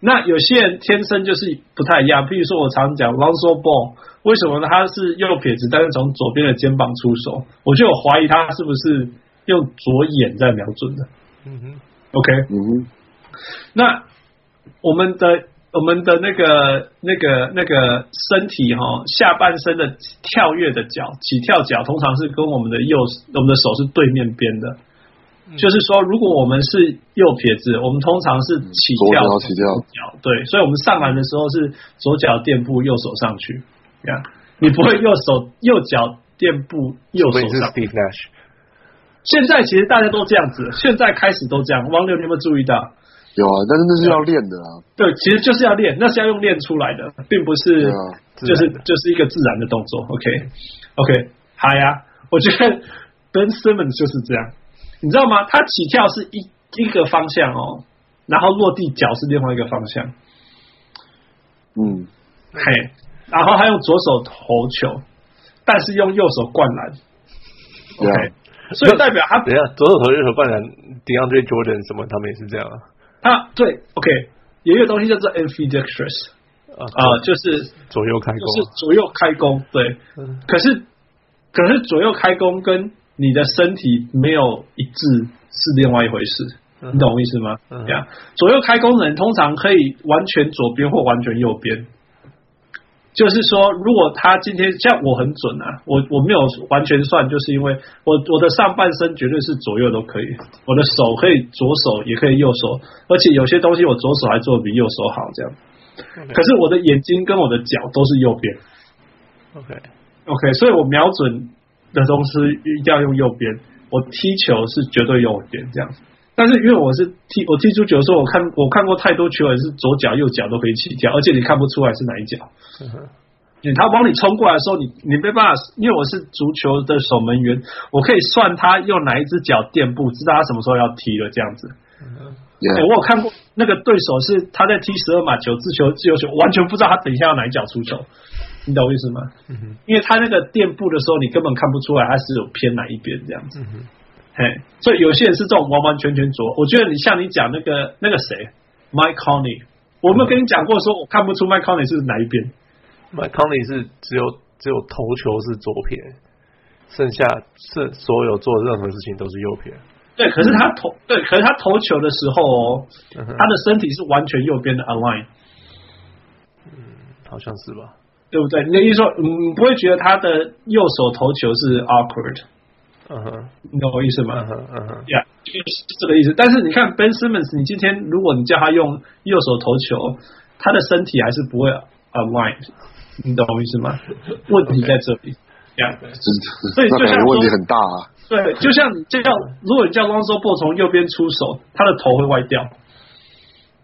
[SPEAKER 1] 那有些人天生就是不太一样，譬如说我常讲 Lonzo Ball，为什么呢？他是右撇子，但是从左边的肩膀出手，我就有怀疑他是不是用左眼在瞄准的。
[SPEAKER 3] 嗯哼，
[SPEAKER 1] OK，
[SPEAKER 2] 嗯哼，
[SPEAKER 1] 那我们的我们的那个那个那个身体哈、下半身的跳跃的脚起跳脚，通常是跟我们的右我们的手是对面边的。就是说，如果我们是右撇子，我们通常是起跳
[SPEAKER 2] 左脚起跳
[SPEAKER 1] 脚，对，所以我们上篮的时候是左脚垫步，右手上去，这样你不会右
[SPEAKER 2] (laughs)
[SPEAKER 1] 手右脚垫步，右
[SPEAKER 3] 除
[SPEAKER 1] 手
[SPEAKER 3] 非你是
[SPEAKER 1] 上
[SPEAKER 3] Steve Nash，
[SPEAKER 1] 现在其实大家都这样子，现在开始都这样。王六，你有没有注意到？
[SPEAKER 2] 有啊，但是那是要练的啊，
[SPEAKER 1] 对，其实就是要练，那是要用练出来的，并不是、
[SPEAKER 2] 对啊，
[SPEAKER 1] 就是
[SPEAKER 3] 自然的
[SPEAKER 1] 就是一个自然的动作。OK OK，好呀，我觉得 (laughs) Ben Simmons 就是这样，你知道吗？他起跳是一一个方向哦，然后落地脚是另外一个方向，
[SPEAKER 2] 嗯，
[SPEAKER 1] 嘿，然后他用左手投球，但是用右手灌篮
[SPEAKER 2] 对啊
[SPEAKER 1] ，OK，所以代表他
[SPEAKER 3] 等一下左手投右手灌篮，DeAndre Jordan 什么他们也是这样啊
[SPEAKER 1] 他对 OK 有一个东西叫做 ambidextrous
[SPEAKER 3] 啊
[SPEAKER 1] 啊、就是
[SPEAKER 3] 左右开弓
[SPEAKER 1] 就是左右开弓，对。
[SPEAKER 3] 嗯
[SPEAKER 1] 可是可是左右开弓跟你的身体没有一致是另外一回事，
[SPEAKER 3] 嗯
[SPEAKER 1] 你懂我意思吗？
[SPEAKER 3] 嗯
[SPEAKER 1] 这样左右开弓的人通常可以完全左边或完全右边。就是说，如果他今天像我很准啊，我我没有完全算，就是因为我我的上半身绝对是左右都可以，我的手可以左手也可以右手，而且有些东西我左手还做的比右手好这样。
[SPEAKER 3] 嗯
[SPEAKER 1] 可是我的眼睛跟我的脚都是右边，
[SPEAKER 3] OK，
[SPEAKER 1] OK，所以我瞄准的东西一定要用右边，我踢球是绝对右边这样子。但是因为我是踢我踢足球的时候，我看我看过太多球员是左脚右脚都可以起跳，而且你看不出来是哪一脚。
[SPEAKER 3] 嗯哼
[SPEAKER 1] 你他往你冲过来的时候，你你没办法，因为我是足球的守门员，我可以算他用哪一只脚垫步，知道他什么时候要踢了这样子。
[SPEAKER 3] 嗯
[SPEAKER 2] 也
[SPEAKER 1] 欸我有看过那个对手是他在踢十二码球自球自由球，完全不知道他等一下要哪一脚出球，你懂我意思吗？
[SPEAKER 3] 嗯哼
[SPEAKER 1] 因为他那个垫步的时候，你根本看不出来他是有偏哪一边这样子。
[SPEAKER 3] 嗯哼
[SPEAKER 1] 嘿，所以有些人是这种完完全全左。我觉得你像你讲那个那个谁，Mike Conley，我有没有跟你讲过说我看不出 Mike Conley 是哪一边？
[SPEAKER 3] ，Mike Conley 是只有只有投球是左撇，剩下是所有做任何事情都是右撇。
[SPEAKER 1] 对，可是他投对，可是他投球的时候哦，
[SPEAKER 3] 嗯哼
[SPEAKER 1] 他的身体是完全右边的 align，
[SPEAKER 3] 好像是吧？
[SPEAKER 1] 对不对？你的意思说，嗯，你不会觉得他的右手投球是 awkward，
[SPEAKER 3] 嗯哼
[SPEAKER 1] 你懂我意思吗？
[SPEAKER 3] 嗯哼嗯哼，
[SPEAKER 1] 呀就是这个意思。但是你看 Ben Simmons，你今天如果你叫他用右手投球，他的身体还是不会 align，你懂我意思吗？问题在这里。呀所以
[SPEAKER 2] 那
[SPEAKER 1] 就
[SPEAKER 2] 感
[SPEAKER 1] 像
[SPEAKER 2] 觉问题
[SPEAKER 1] 说
[SPEAKER 2] 很大啊，
[SPEAKER 1] 对，就像你叫，如果你叫 Lonzo Ball 从右边出手，他的头会歪掉，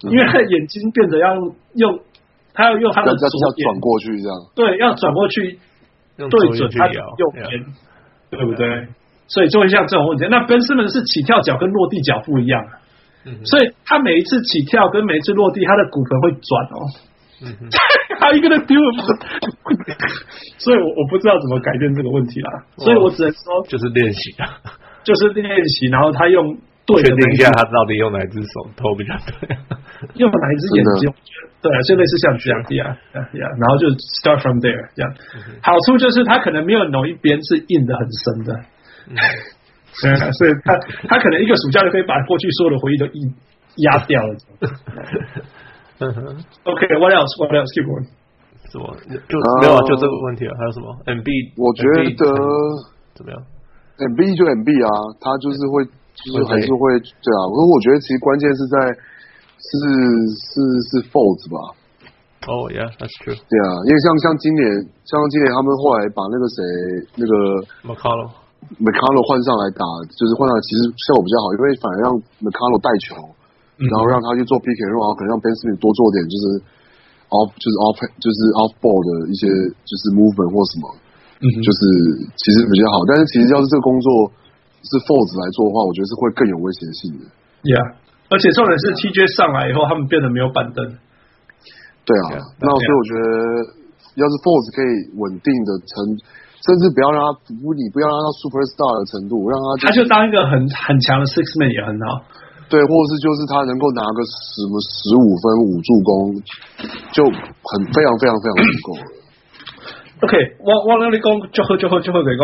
[SPEAKER 2] 嗯
[SPEAKER 1] 因为他的眼睛变得要用，他要用他
[SPEAKER 2] 要
[SPEAKER 1] 的
[SPEAKER 2] 要
[SPEAKER 1] 左
[SPEAKER 2] 要
[SPEAKER 1] 眼，
[SPEAKER 2] 转过去这样，
[SPEAKER 1] 对，要转过去
[SPEAKER 3] 用左
[SPEAKER 1] 对
[SPEAKER 3] 右
[SPEAKER 1] 准
[SPEAKER 3] 去
[SPEAKER 1] 他
[SPEAKER 3] 摇
[SPEAKER 1] 的右边
[SPEAKER 3] yeah，
[SPEAKER 1] 对不对？所以就会像这种问题。那 Ben Simmons 是起跳脚跟落地脚不一样啊，
[SPEAKER 3] 嗯哼
[SPEAKER 1] 所以他每一次起跳跟每一次落地，他的骨盆会转哦。 (laughs)
[SPEAKER 3] 嗯哼
[SPEAKER 1] How you gonna do it？所以我我不知道怎么改变这个问题啦，所以我只能说
[SPEAKER 3] 就是练习啊，
[SPEAKER 1] 就是练习，然后他用对
[SPEAKER 3] 确
[SPEAKER 1] 的那
[SPEAKER 3] 定
[SPEAKER 1] 一
[SPEAKER 3] 一
[SPEAKER 1] 只
[SPEAKER 3] 下他到底用哪只手投比较对。
[SPEAKER 1] 用哪一只眼睛我
[SPEAKER 2] 真的，
[SPEAKER 1] 觉得对啊，就类似像这样呀呀，然后就 start from there 这样。好处就是他可能没有某一边是印的很深的， (laughs) 对啊，所以他他可能一个暑假就可以把过去所有的回忆都印压掉了。
[SPEAKER 3] (laughs) 嗯哼，
[SPEAKER 1] OK，what else？What else？Keep going。
[SPEAKER 3] 什么？就
[SPEAKER 1] 呃
[SPEAKER 3] 没有啊？就这个问题啊？还有什么？MB？
[SPEAKER 2] 我觉
[SPEAKER 3] MB
[SPEAKER 2] 得
[SPEAKER 3] 怎么样？
[SPEAKER 2] M B 就 M B 啊，他就是会就是
[SPEAKER 3] 会
[SPEAKER 2] 还是会对啊，可是我觉得其实关键是在是是是 Folds 吧，
[SPEAKER 3] 哦，Yeah，that's true。
[SPEAKER 2] 对啊，因为像像今年，像今年他们后来把那个谁那个
[SPEAKER 3] McCollum，
[SPEAKER 2] McCarlo 换上来打，就是换上来其实效果比较好，因为反而让 McCarlo 带球，然后让他去做 pick and roll，然后可能让 Ben Smith 多做点就是 off 就是 off 就是 off ball 的一些就是 movement 或什么，
[SPEAKER 1] 嗯哼
[SPEAKER 2] 就是其实比较好。但是其实要是这个工作是 Folds 来做的话，我觉得是会更有威胁性的。
[SPEAKER 1] Yeah，而且重点是 TJ 上来以后，他们变得没有板凳。
[SPEAKER 2] 对
[SPEAKER 3] 对
[SPEAKER 2] 啊
[SPEAKER 3] 啊，
[SPEAKER 2] 那所以我觉得，要是 Foles 可以稳定的成，甚至不要让他不，你不要让他到 Super Star 的程度，让他
[SPEAKER 1] 他就当一个很很强的 six man 也很好。
[SPEAKER 2] 对，或是就是他能够拿个什么十五分五助攻，就很非常非常非常足够了。
[SPEAKER 1] OK，我我那里讲就会就会就会给讲，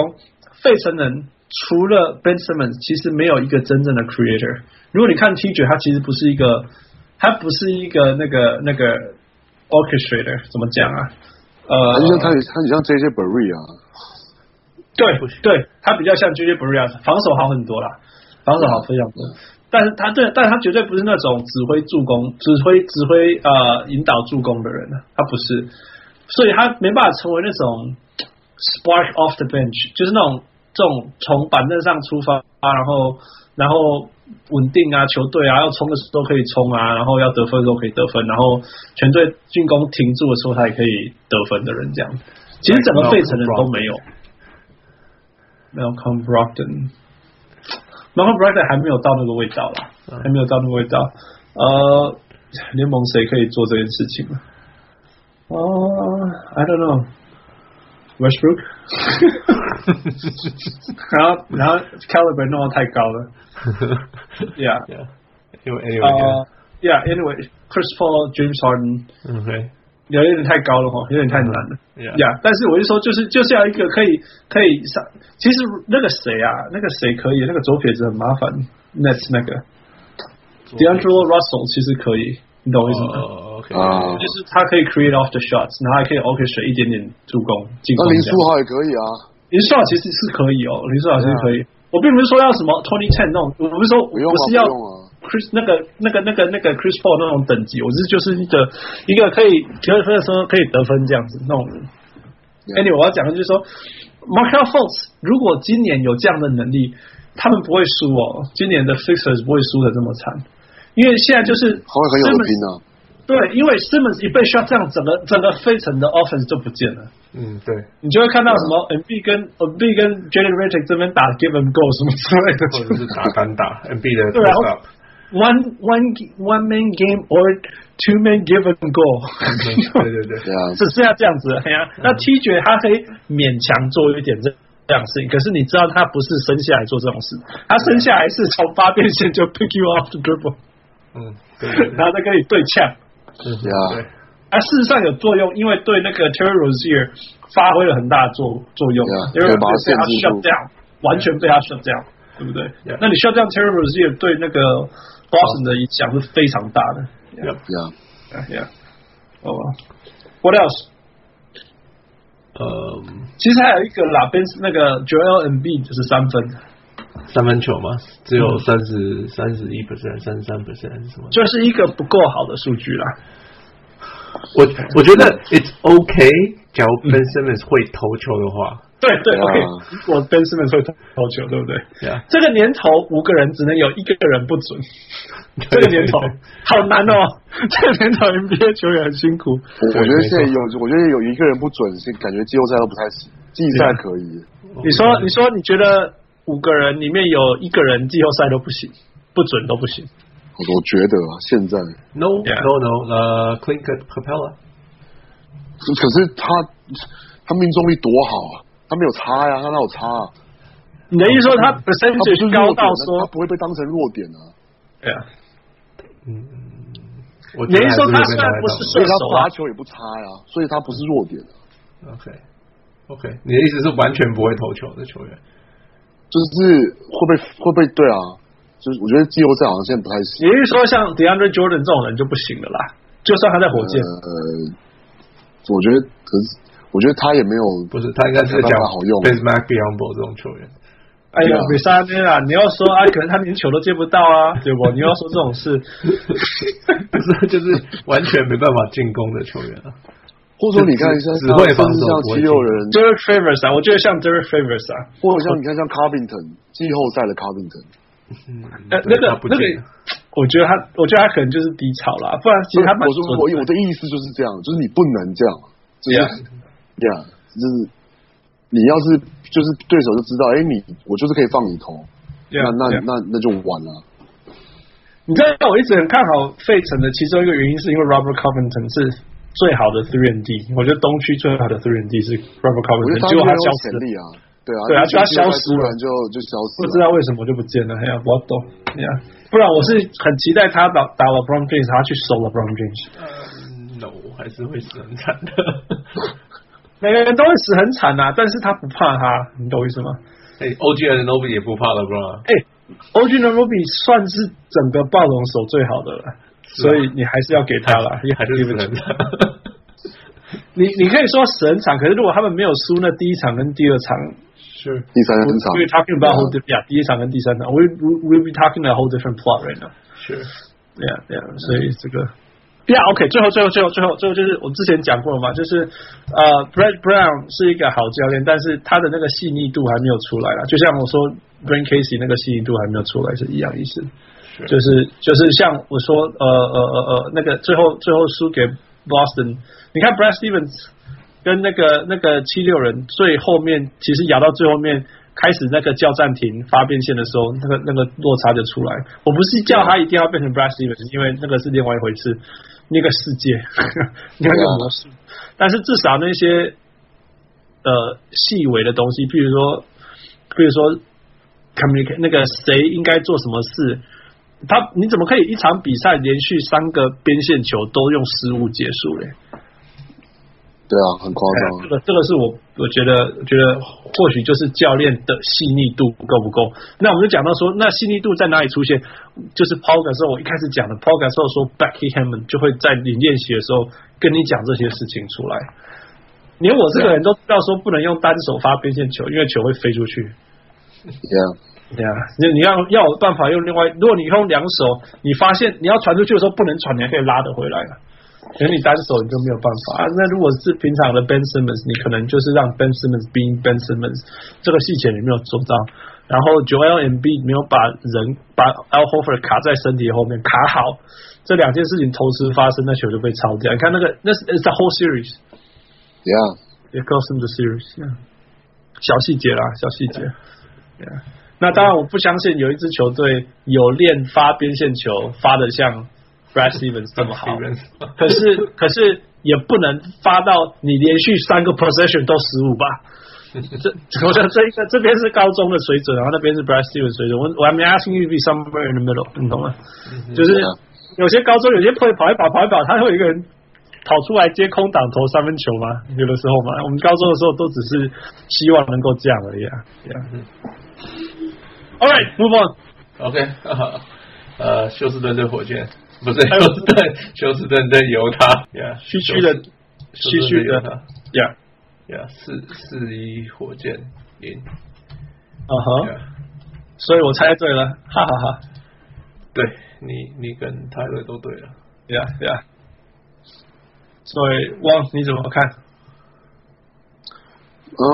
[SPEAKER 1] 费城人除了 Ben Simmons，其实没有一个真正的 creator。如果你看 T 恤，他其实不是一个，他不是一个那个那个 orchestrator，怎么讲啊？
[SPEAKER 2] 他就像
[SPEAKER 1] 呃，
[SPEAKER 2] 他很他很像 JJ Berry 啊，
[SPEAKER 1] 对对，他比较像 JJ Barea，防守好很多啦，防守好非常多。但是他对，但他绝对不是那种指挥助攻、指挥指挥呃引导助攻的人啊，他不是，所以他没办法成为那种 spark off the bench，就是那种这种从板凳上出发，然后然后稳定啊，球队啊，要冲的时候可以冲啊，然后要得分的时候可以得分，然后全队进攻停住的时候他也可以得分的人这样。其实整个费城人都没有，Malcolm Brogdon。Malcolm Brogdon 还没有到那个味道啦，
[SPEAKER 3] 嗯
[SPEAKER 1] 还没有到那个味道。呃，联盟谁可以做这件事情啊呢？哦、i Uh, don't know。Westbrook，然后然后 caliber 弄得太高了，Yeah，
[SPEAKER 3] (laughs) Yeah. Anyway,
[SPEAKER 1] 呃
[SPEAKER 3] anyway,
[SPEAKER 1] ，Yeah，Anyway，Chris Paul，James Harden，
[SPEAKER 3] yeah. Okay.
[SPEAKER 1] 有点太高了哈，有点太难了。
[SPEAKER 3] Yeah.
[SPEAKER 1] 呀但是我就说，就是就是要一个可以可以上，其实那个谁啊，那个谁可以，那个左撇子很麻烦，Nets 那个 DeAngelo Russell 其实可以，你懂我意思吗？
[SPEAKER 3] 哦，OK，
[SPEAKER 2] 啊
[SPEAKER 1] 就是他可以 create off the shots，然后还可以 orchestrate 一点点助攻进
[SPEAKER 2] 那
[SPEAKER 1] 攻这样。
[SPEAKER 2] 林书豪也可以啊。
[SPEAKER 1] 林书豪其实是可以哦，林书豪其实可以。我并不是说要什么 Twenty Ten 那种，我不是说
[SPEAKER 2] 不用啊
[SPEAKER 1] 不是要
[SPEAKER 2] 不用啊
[SPEAKER 1] Chris 那个那个那个那个 Chris Paul 那种等级，我只是就是一个一个可以得分的时候可以得分这样子那种人。
[SPEAKER 2] Yeah.
[SPEAKER 1] Anyway，我要讲的就是说 m a r k e l f o l t z 如果今年有这样的能力，他们不会输哦。今年的 Sixers 不会输的这么惨，因为现在就是
[SPEAKER 2] 他会很有的拼啊。
[SPEAKER 1] 对，因为 Simmons 一被 shut down，整个整个费城的 offense 就不见了。
[SPEAKER 3] 嗯，对，
[SPEAKER 1] 你就会看到什么
[SPEAKER 2] 嗯
[SPEAKER 1] NB 跟 NB 跟 Jalen r e d i c k 这边打 give and go 什么之类的
[SPEAKER 2] 嗯
[SPEAKER 3] 或者是打单 (laughs) 打 NB 的
[SPEAKER 1] 对啊
[SPEAKER 3] post up，
[SPEAKER 1] ，one one one man game or two man give and go，
[SPEAKER 3] (laughs)
[SPEAKER 1] (laughs)
[SPEAKER 3] 对对对
[SPEAKER 2] 嗯对啊，
[SPEAKER 1] 只剩下这样子了。哎呀、那 T 觉他可以勉强做一点这这样的事情，可是你知道他不是生下来做这种事，他生下来是从八变线就 pick you off the dribble，
[SPEAKER 3] 嗯，对对对
[SPEAKER 1] 然后再跟你对呛。
[SPEAKER 3] 嗯
[SPEAKER 2] 对啊，
[SPEAKER 3] 对
[SPEAKER 1] 啊，事实上有作用，因为对那个 Terry Rozier 发挥了很大的作作用，因
[SPEAKER 2] Yeah，
[SPEAKER 1] 为
[SPEAKER 2] 对把他
[SPEAKER 1] 被他
[SPEAKER 2] 限制
[SPEAKER 1] shut
[SPEAKER 2] 住
[SPEAKER 1] down，完全被他 shut down，对不对
[SPEAKER 3] Yeah
[SPEAKER 1] 那你 shut down Terry Rozier 对那个 Boston 的影响是非常大的。
[SPEAKER 3] Yep
[SPEAKER 2] 对啊。
[SPEAKER 1] Yeah，哦、w h a t else？
[SPEAKER 3] 呃，
[SPEAKER 1] 其实还有一个啦，Ben 那个 Joel Embiid 就是三分，
[SPEAKER 3] 三分球嘛，只有三十三十一 percent、三十三 percent 还是什么的？
[SPEAKER 1] 就是一个不够好的数据啦。
[SPEAKER 3] 我我觉得 it's OK，假如 Ben Simmons 会投球的话，
[SPEAKER 1] 对对
[SPEAKER 2] 对啊
[SPEAKER 1] ，OK，我 Ben Simmons 会投球，对不对？
[SPEAKER 3] 对啊，
[SPEAKER 1] 这个年头五个人只能有一个人不准，这
[SPEAKER 3] 这
[SPEAKER 1] 个年头好难哦，这个年头 NBA 球员很辛苦。
[SPEAKER 2] 我我
[SPEAKER 3] 对
[SPEAKER 2] 觉得
[SPEAKER 3] 没
[SPEAKER 2] 现在
[SPEAKER 3] 错
[SPEAKER 2] 有，我觉得有一个人不准，是感觉季后赛都不太行，季赛可以。
[SPEAKER 1] 你说，你说，你觉得五个人里面有一个人季后赛都不行，不准都不行。
[SPEAKER 2] 我我觉得啊，现在
[SPEAKER 3] no
[SPEAKER 1] Yeah
[SPEAKER 3] no no，呃，Clint Capella，
[SPEAKER 2] 可是他他命中率多好啊，他没有差呀、他哪有差啊？
[SPEAKER 1] 你的意思说他
[SPEAKER 2] 他不是
[SPEAKER 1] percentage
[SPEAKER 2] 弱
[SPEAKER 1] 高
[SPEAKER 2] 点
[SPEAKER 1] 到
[SPEAKER 2] 啊，他
[SPEAKER 1] 说，
[SPEAKER 2] 不会被当成弱点啊，
[SPEAKER 1] 对啊，
[SPEAKER 3] 我
[SPEAKER 1] 你是说他虽然不是
[SPEAKER 2] 所以他
[SPEAKER 1] 射手啊
[SPEAKER 2] 罚球也不差呀、所以他不是弱点啊、
[SPEAKER 3] OK OK，你的意思是完全不会投球的球员？
[SPEAKER 2] 就是会被会被对啊，就是我觉得季后赛好像现在不太行。
[SPEAKER 1] 你的意思说像 DeAndre Jordan 这种人就不行了啦。就算他在火箭，
[SPEAKER 2] 呃，我觉得可是我觉得他也没有
[SPEAKER 3] 不是，他应该是
[SPEAKER 2] 他
[SPEAKER 3] 讲
[SPEAKER 2] 刚刚好用
[SPEAKER 3] b a s m a c Biombo 这种球员。 (laughs)
[SPEAKER 1] 哎呀 r e
[SPEAKER 2] Yeah
[SPEAKER 1] s a n 啊，你要说啊，可能他连球都接不到啊，对不？你要说这种
[SPEAKER 2] (laughs)
[SPEAKER 1] 事，
[SPEAKER 3] 不是，就是完全没办法进攻的球员啊。
[SPEAKER 2] 或者说你看一下，
[SPEAKER 3] 只只会防守
[SPEAKER 2] 像
[SPEAKER 3] 不
[SPEAKER 2] 七
[SPEAKER 3] 会
[SPEAKER 2] 六人，
[SPEAKER 1] Derek Favors 啊，我觉得像 Derek Favors 啊，
[SPEAKER 2] 或者像你看像 Covington 季后赛的 Covington，
[SPEAKER 3] 嗯，
[SPEAKER 1] 呃，
[SPEAKER 3] 对
[SPEAKER 1] 那个
[SPEAKER 3] 他不
[SPEAKER 1] 那
[SPEAKER 3] 进
[SPEAKER 1] 个，我觉得他，我觉得他可能就是低潮啦，不然其实他蛮
[SPEAKER 2] 我说
[SPEAKER 1] 准的
[SPEAKER 2] 我我的意思就是这样，就是你不能这样，就是
[SPEAKER 1] Yeah
[SPEAKER 2] 这样，就是你要是就是对手就知道，哎，你我就是可以放你投，
[SPEAKER 1] Yeah，
[SPEAKER 2] 那那
[SPEAKER 1] yeah
[SPEAKER 2] 那那就完了。
[SPEAKER 1] 你知道我一直很看好费城的其中一个原因，是因为 Robert Covington 是最好的 three and D，我觉得东区最好的 three and D 是 Robert
[SPEAKER 2] 我觉
[SPEAKER 1] Covington，
[SPEAKER 2] 得他
[SPEAKER 1] 结果
[SPEAKER 2] 很
[SPEAKER 1] 他
[SPEAKER 2] 有
[SPEAKER 1] 消
[SPEAKER 2] 潜
[SPEAKER 1] 失了
[SPEAKER 2] 力，啊，对啊，
[SPEAKER 1] 对啊就
[SPEAKER 2] 就
[SPEAKER 1] 他消失了
[SPEAKER 2] 突然就就消失
[SPEAKER 1] 不
[SPEAKER 2] 了
[SPEAKER 1] 知。道为什么就不见了，哎呀，我懂，哎呀，不然我是很期待他打打了 Brown James，他去守了 Brown James。
[SPEAKER 3] 嗯，no，我还是会死很惨的。 (laughs)
[SPEAKER 1] 每个人都会死很惨呐、但是他不怕他，你懂我意思吗？
[SPEAKER 3] 哎，OG and Novi 也不怕了吧？
[SPEAKER 1] 哎、o g n o b i 算是整个暴龙手最好的了，
[SPEAKER 3] 啊
[SPEAKER 1] 所以你还是要给他了，
[SPEAKER 3] (laughs) 还是死很
[SPEAKER 2] (laughs)
[SPEAKER 3] 惨。
[SPEAKER 1] 你你可以说死很惨，可是如果他们没有输那第一场跟第二场，
[SPEAKER 3] 是
[SPEAKER 2] 第三很长
[SPEAKER 1] 因，为 talking about
[SPEAKER 2] 啊
[SPEAKER 1] whole different，、yeah, 第一场跟第三场，we we we'll be talking about whole different plot right now。
[SPEAKER 3] 是，
[SPEAKER 1] 对啊，对啊，所以这个。Yeah, OK，最后最后最后最后最后就是我之前讲过了嘛，就是呃，Brett Brown 是一个好教练，但是他的那个细腻度还没有出来啦，就像我说 Brain Casey 那个细腻度还没有出来是一样意思。
[SPEAKER 3] 是
[SPEAKER 1] 就是就是像我说，呃呃呃呃，那个最后最后输给 Boston，你看 Brad Stevens 跟那个那个七六人最后面，其实咬到最后面开始那个叫暂停发变线的时候，那个那个落差就出来。我不是叫他一定要变成 Brad Stevens，因为那个是另外一回事，那个世界， (laughs) 啊那个模式。但是至少那些呃细微的东西，譬如说，譬如说 communicate 那个谁应该做什么事，他你怎么可以一场比赛连续三个边线球都用失误结束嘞？
[SPEAKER 2] 对啊，很夸张
[SPEAKER 1] 哎这。个这个是我我觉得我觉得或许就是教练的细腻度够不够。那我们就讲到说，那细腻度在哪里出现？就是 Paul g a s o 我一开始讲的 Paul g a s o 说 Becky Hammond 就会在你练习的时候跟你讲这些事情出来。连我这个人都知道说不能用单手发边线球，因为球会飞出去。
[SPEAKER 2] Yeah，
[SPEAKER 1] 对啊，你你要要有办法用另外，如果你用两手，你发现你要传出去的时候不能传，你还可以拉得回来了。可是你单手你就没有办法、啊。那如果是平常的 Ben Simmons，你可能就是让 Ben Simmons being Ben Simmons，这个细节你没有做到。然后 Joel m b 没有把人把 Al Horford 卡在身体后面卡好，这两件事情同时发生，那球就被抄掉。你看那个那是 it's a whole series，it
[SPEAKER 2] yeah，
[SPEAKER 1] goes into series，、yeah. 小细节啦，小细节。Yeah. 那当然，我不相信有一支球队有练发边线球发的像 Brad Stevens 这么好。可是， (laughs) 可是也不能发到你连续三个 possession 都失误吧？ (laughs) 这我想这一个这边是高中的水准，然后那边是 Brad Stevens 水准。我我还没 asking you to be somewhere in the middle，你懂吗？就是有些高中有些朋友跑一跑跑一跑，他会有一个人跑出来接空档投三分球嘛，有的时候嘛，我们高中的时候都只是希望能够这样而已啊。Yeah. All right, move on.
[SPEAKER 3] (laughs) OK，呃呃，休斯顿对火箭，不是休斯顿，休斯顿对犹他，Yeah，
[SPEAKER 1] 区区的
[SPEAKER 3] 休
[SPEAKER 1] 区
[SPEAKER 3] 斯
[SPEAKER 1] 区的
[SPEAKER 3] 顿对犹他
[SPEAKER 1] ，Yeah，
[SPEAKER 3] ，Yeah，四四一火箭赢
[SPEAKER 1] 啊哈，
[SPEAKER 3] ，Yeah，
[SPEAKER 1] 所以我猜对了，哈哈哈
[SPEAKER 3] 对你你跟泰勒都对了，
[SPEAKER 1] ，Yeah Yeah。所以汪你怎么看？
[SPEAKER 2] 呃，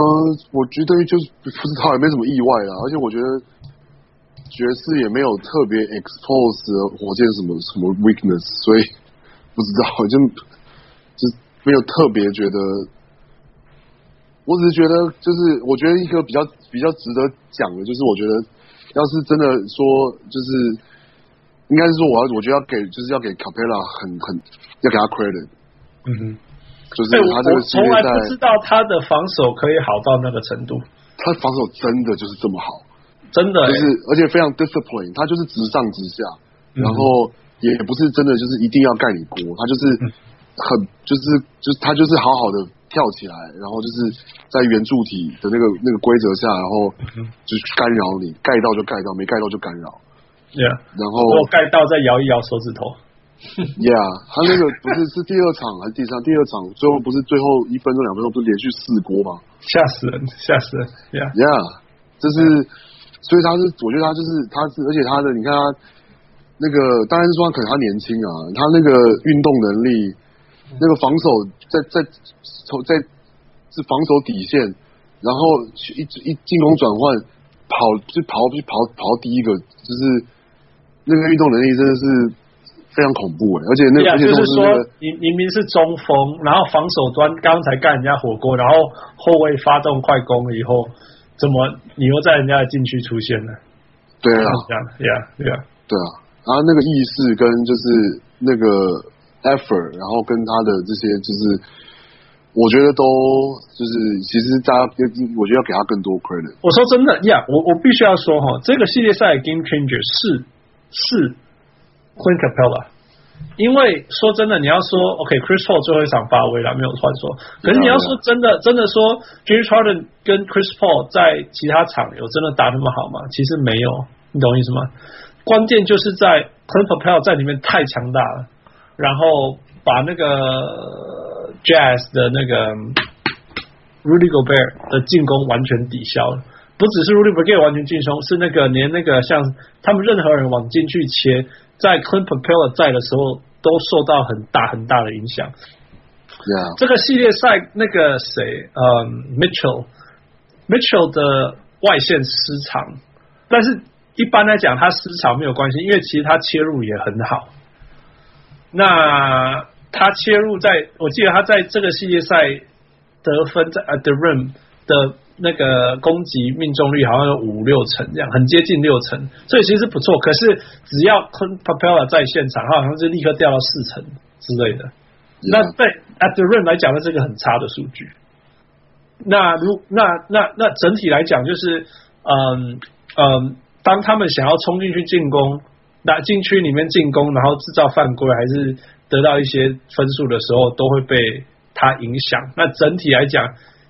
[SPEAKER 2] 我觉得就是 (laughs) 不知道也没什么意外啦，而且我觉得爵士也没有特别 expose 火箭什么什么 weakness，所以不知道就就没有特别觉得。我只是觉得，就是我觉得一个比较比较值得讲的，就是我觉得要是真的说，就是应该是说我要我觉得要给就是要给 Capella 很很要给他 credit，
[SPEAKER 1] 嗯哼，
[SPEAKER 2] 就是
[SPEAKER 1] 哎，
[SPEAKER 2] 他这
[SPEAKER 1] 我
[SPEAKER 2] 个
[SPEAKER 1] 我
[SPEAKER 2] 系列
[SPEAKER 1] 从来不
[SPEAKER 2] 赛
[SPEAKER 1] 知道他的防守可以好到那个程度，
[SPEAKER 2] 他防守真的就是这么好。
[SPEAKER 1] 真的欸，
[SPEAKER 2] 就是而且非常 discipline，他就是直上直下，
[SPEAKER 1] 嗯
[SPEAKER 2] 然后也不是真的就是一定要盖你锅，他就是很就是就是他就是好好的跳起来，然后就是在原柱体的那个那个规则下，然后就去干扰你，盖到就盖到，没盖到就干扰。
[SPEAKER 1] 欸，Yeah，
[SPEAKER 2] 然后
[SPEAKER 1] 我盖到再摇一摇手指头，
[SPEAKER 2] ，Yeah，他那个不是是第二场还是第三？第二场最后不是最后一分钟两分钟不是连续四锅吗？
[SPEAKER 1] 吓死人，吓死人，Yeah，
[SPEAKER 2] Yeah，就是，所以他是，我觉得他就是，他是，而且他的，你看他那个，当然是说他可能他年轻啊，他那个运动能力，
[SPEAKER 1] 嗯
[SPEAKER 2] 那个防守在在从在是防守底线，然后去一一进攻转换，跑就跑就跑跑到第一个，就是那个运动能力真的是非常恐怖哎、而且那
[SPEAKER 1] 对
[SPEAKER 2] 个
[SPEAKER 1] 啊，
[SPEAKER 2] 而且
[SPEAKER 1] 就是
[SPEAKER 2] 是
[SPEAKER 1] 说
[SPEAKER 2] 那个
[SPEAKER 1] 明明明是中锋，然后防守端刚才干人家火锅，然后后卫发动快攻了以后，怎么你又在人家的禁区出现了？
[SPEAKER 2] 对
[SPEAKER 1] 这
[SPEAKER 2] 啊，
[SPEAKER 1] 样，Yeah Yeah，
[SPEAKER 2] 对啊，然后那个意识跟就是那个 effort，然后跟他的这些就是，我觉得都就是其实大家我觉得要给他更多 credit。
[SPEAKER 1] 我说真的，Yeah，我我必须要说哈，这个系列赛的 Game Changer 是是 Queen Capella。因为说真的，你要说 OK，Chris、Paul 最后一场发威了，没有传说。可是你要说真的，真的说 j a r d Harden 跟 Chris Paul 在其他场有真的打那么好吗？其实没有，你懂我意思吗？关键就是在 Clint Capella 在里面太强大了，然后把那个 Jazz 的那个 Rudy Gobert 的进攻完全抵消了。不只是 Rudy Gobert 完全进攻，是那个连那个像他们任何人往进去切，在 Clint Capella 在的时候都受到很大很大的影响。
[SPEAKER 2] ，Yeah，
[SPEAKER 1] 这个系列赛那个谁，嗯，Mitchell Mitchell 的外线失常，但是一般来讲他失常没有关系，因为其实他切入也很好。那他切入在，我记得他在这个系列赛得分在 at the rim 的那个攻击命中率好像有五六成这样，很接近六成，所以其实不错。可是只要 Clint Capella 在现场，他好像就立刻掉到四成之类的。那
[SPEAKER 2] yeah，
[SPEAKER 1] 对 at the rim 来讲，那是一个很差的数据。那如那那那整体来讲，就是嗯嗯，当他们想要冲进去进攻，那禁区里面进攻，然后制造犯规还是得到一些分数的时候，都会被他影响。那整体来讲，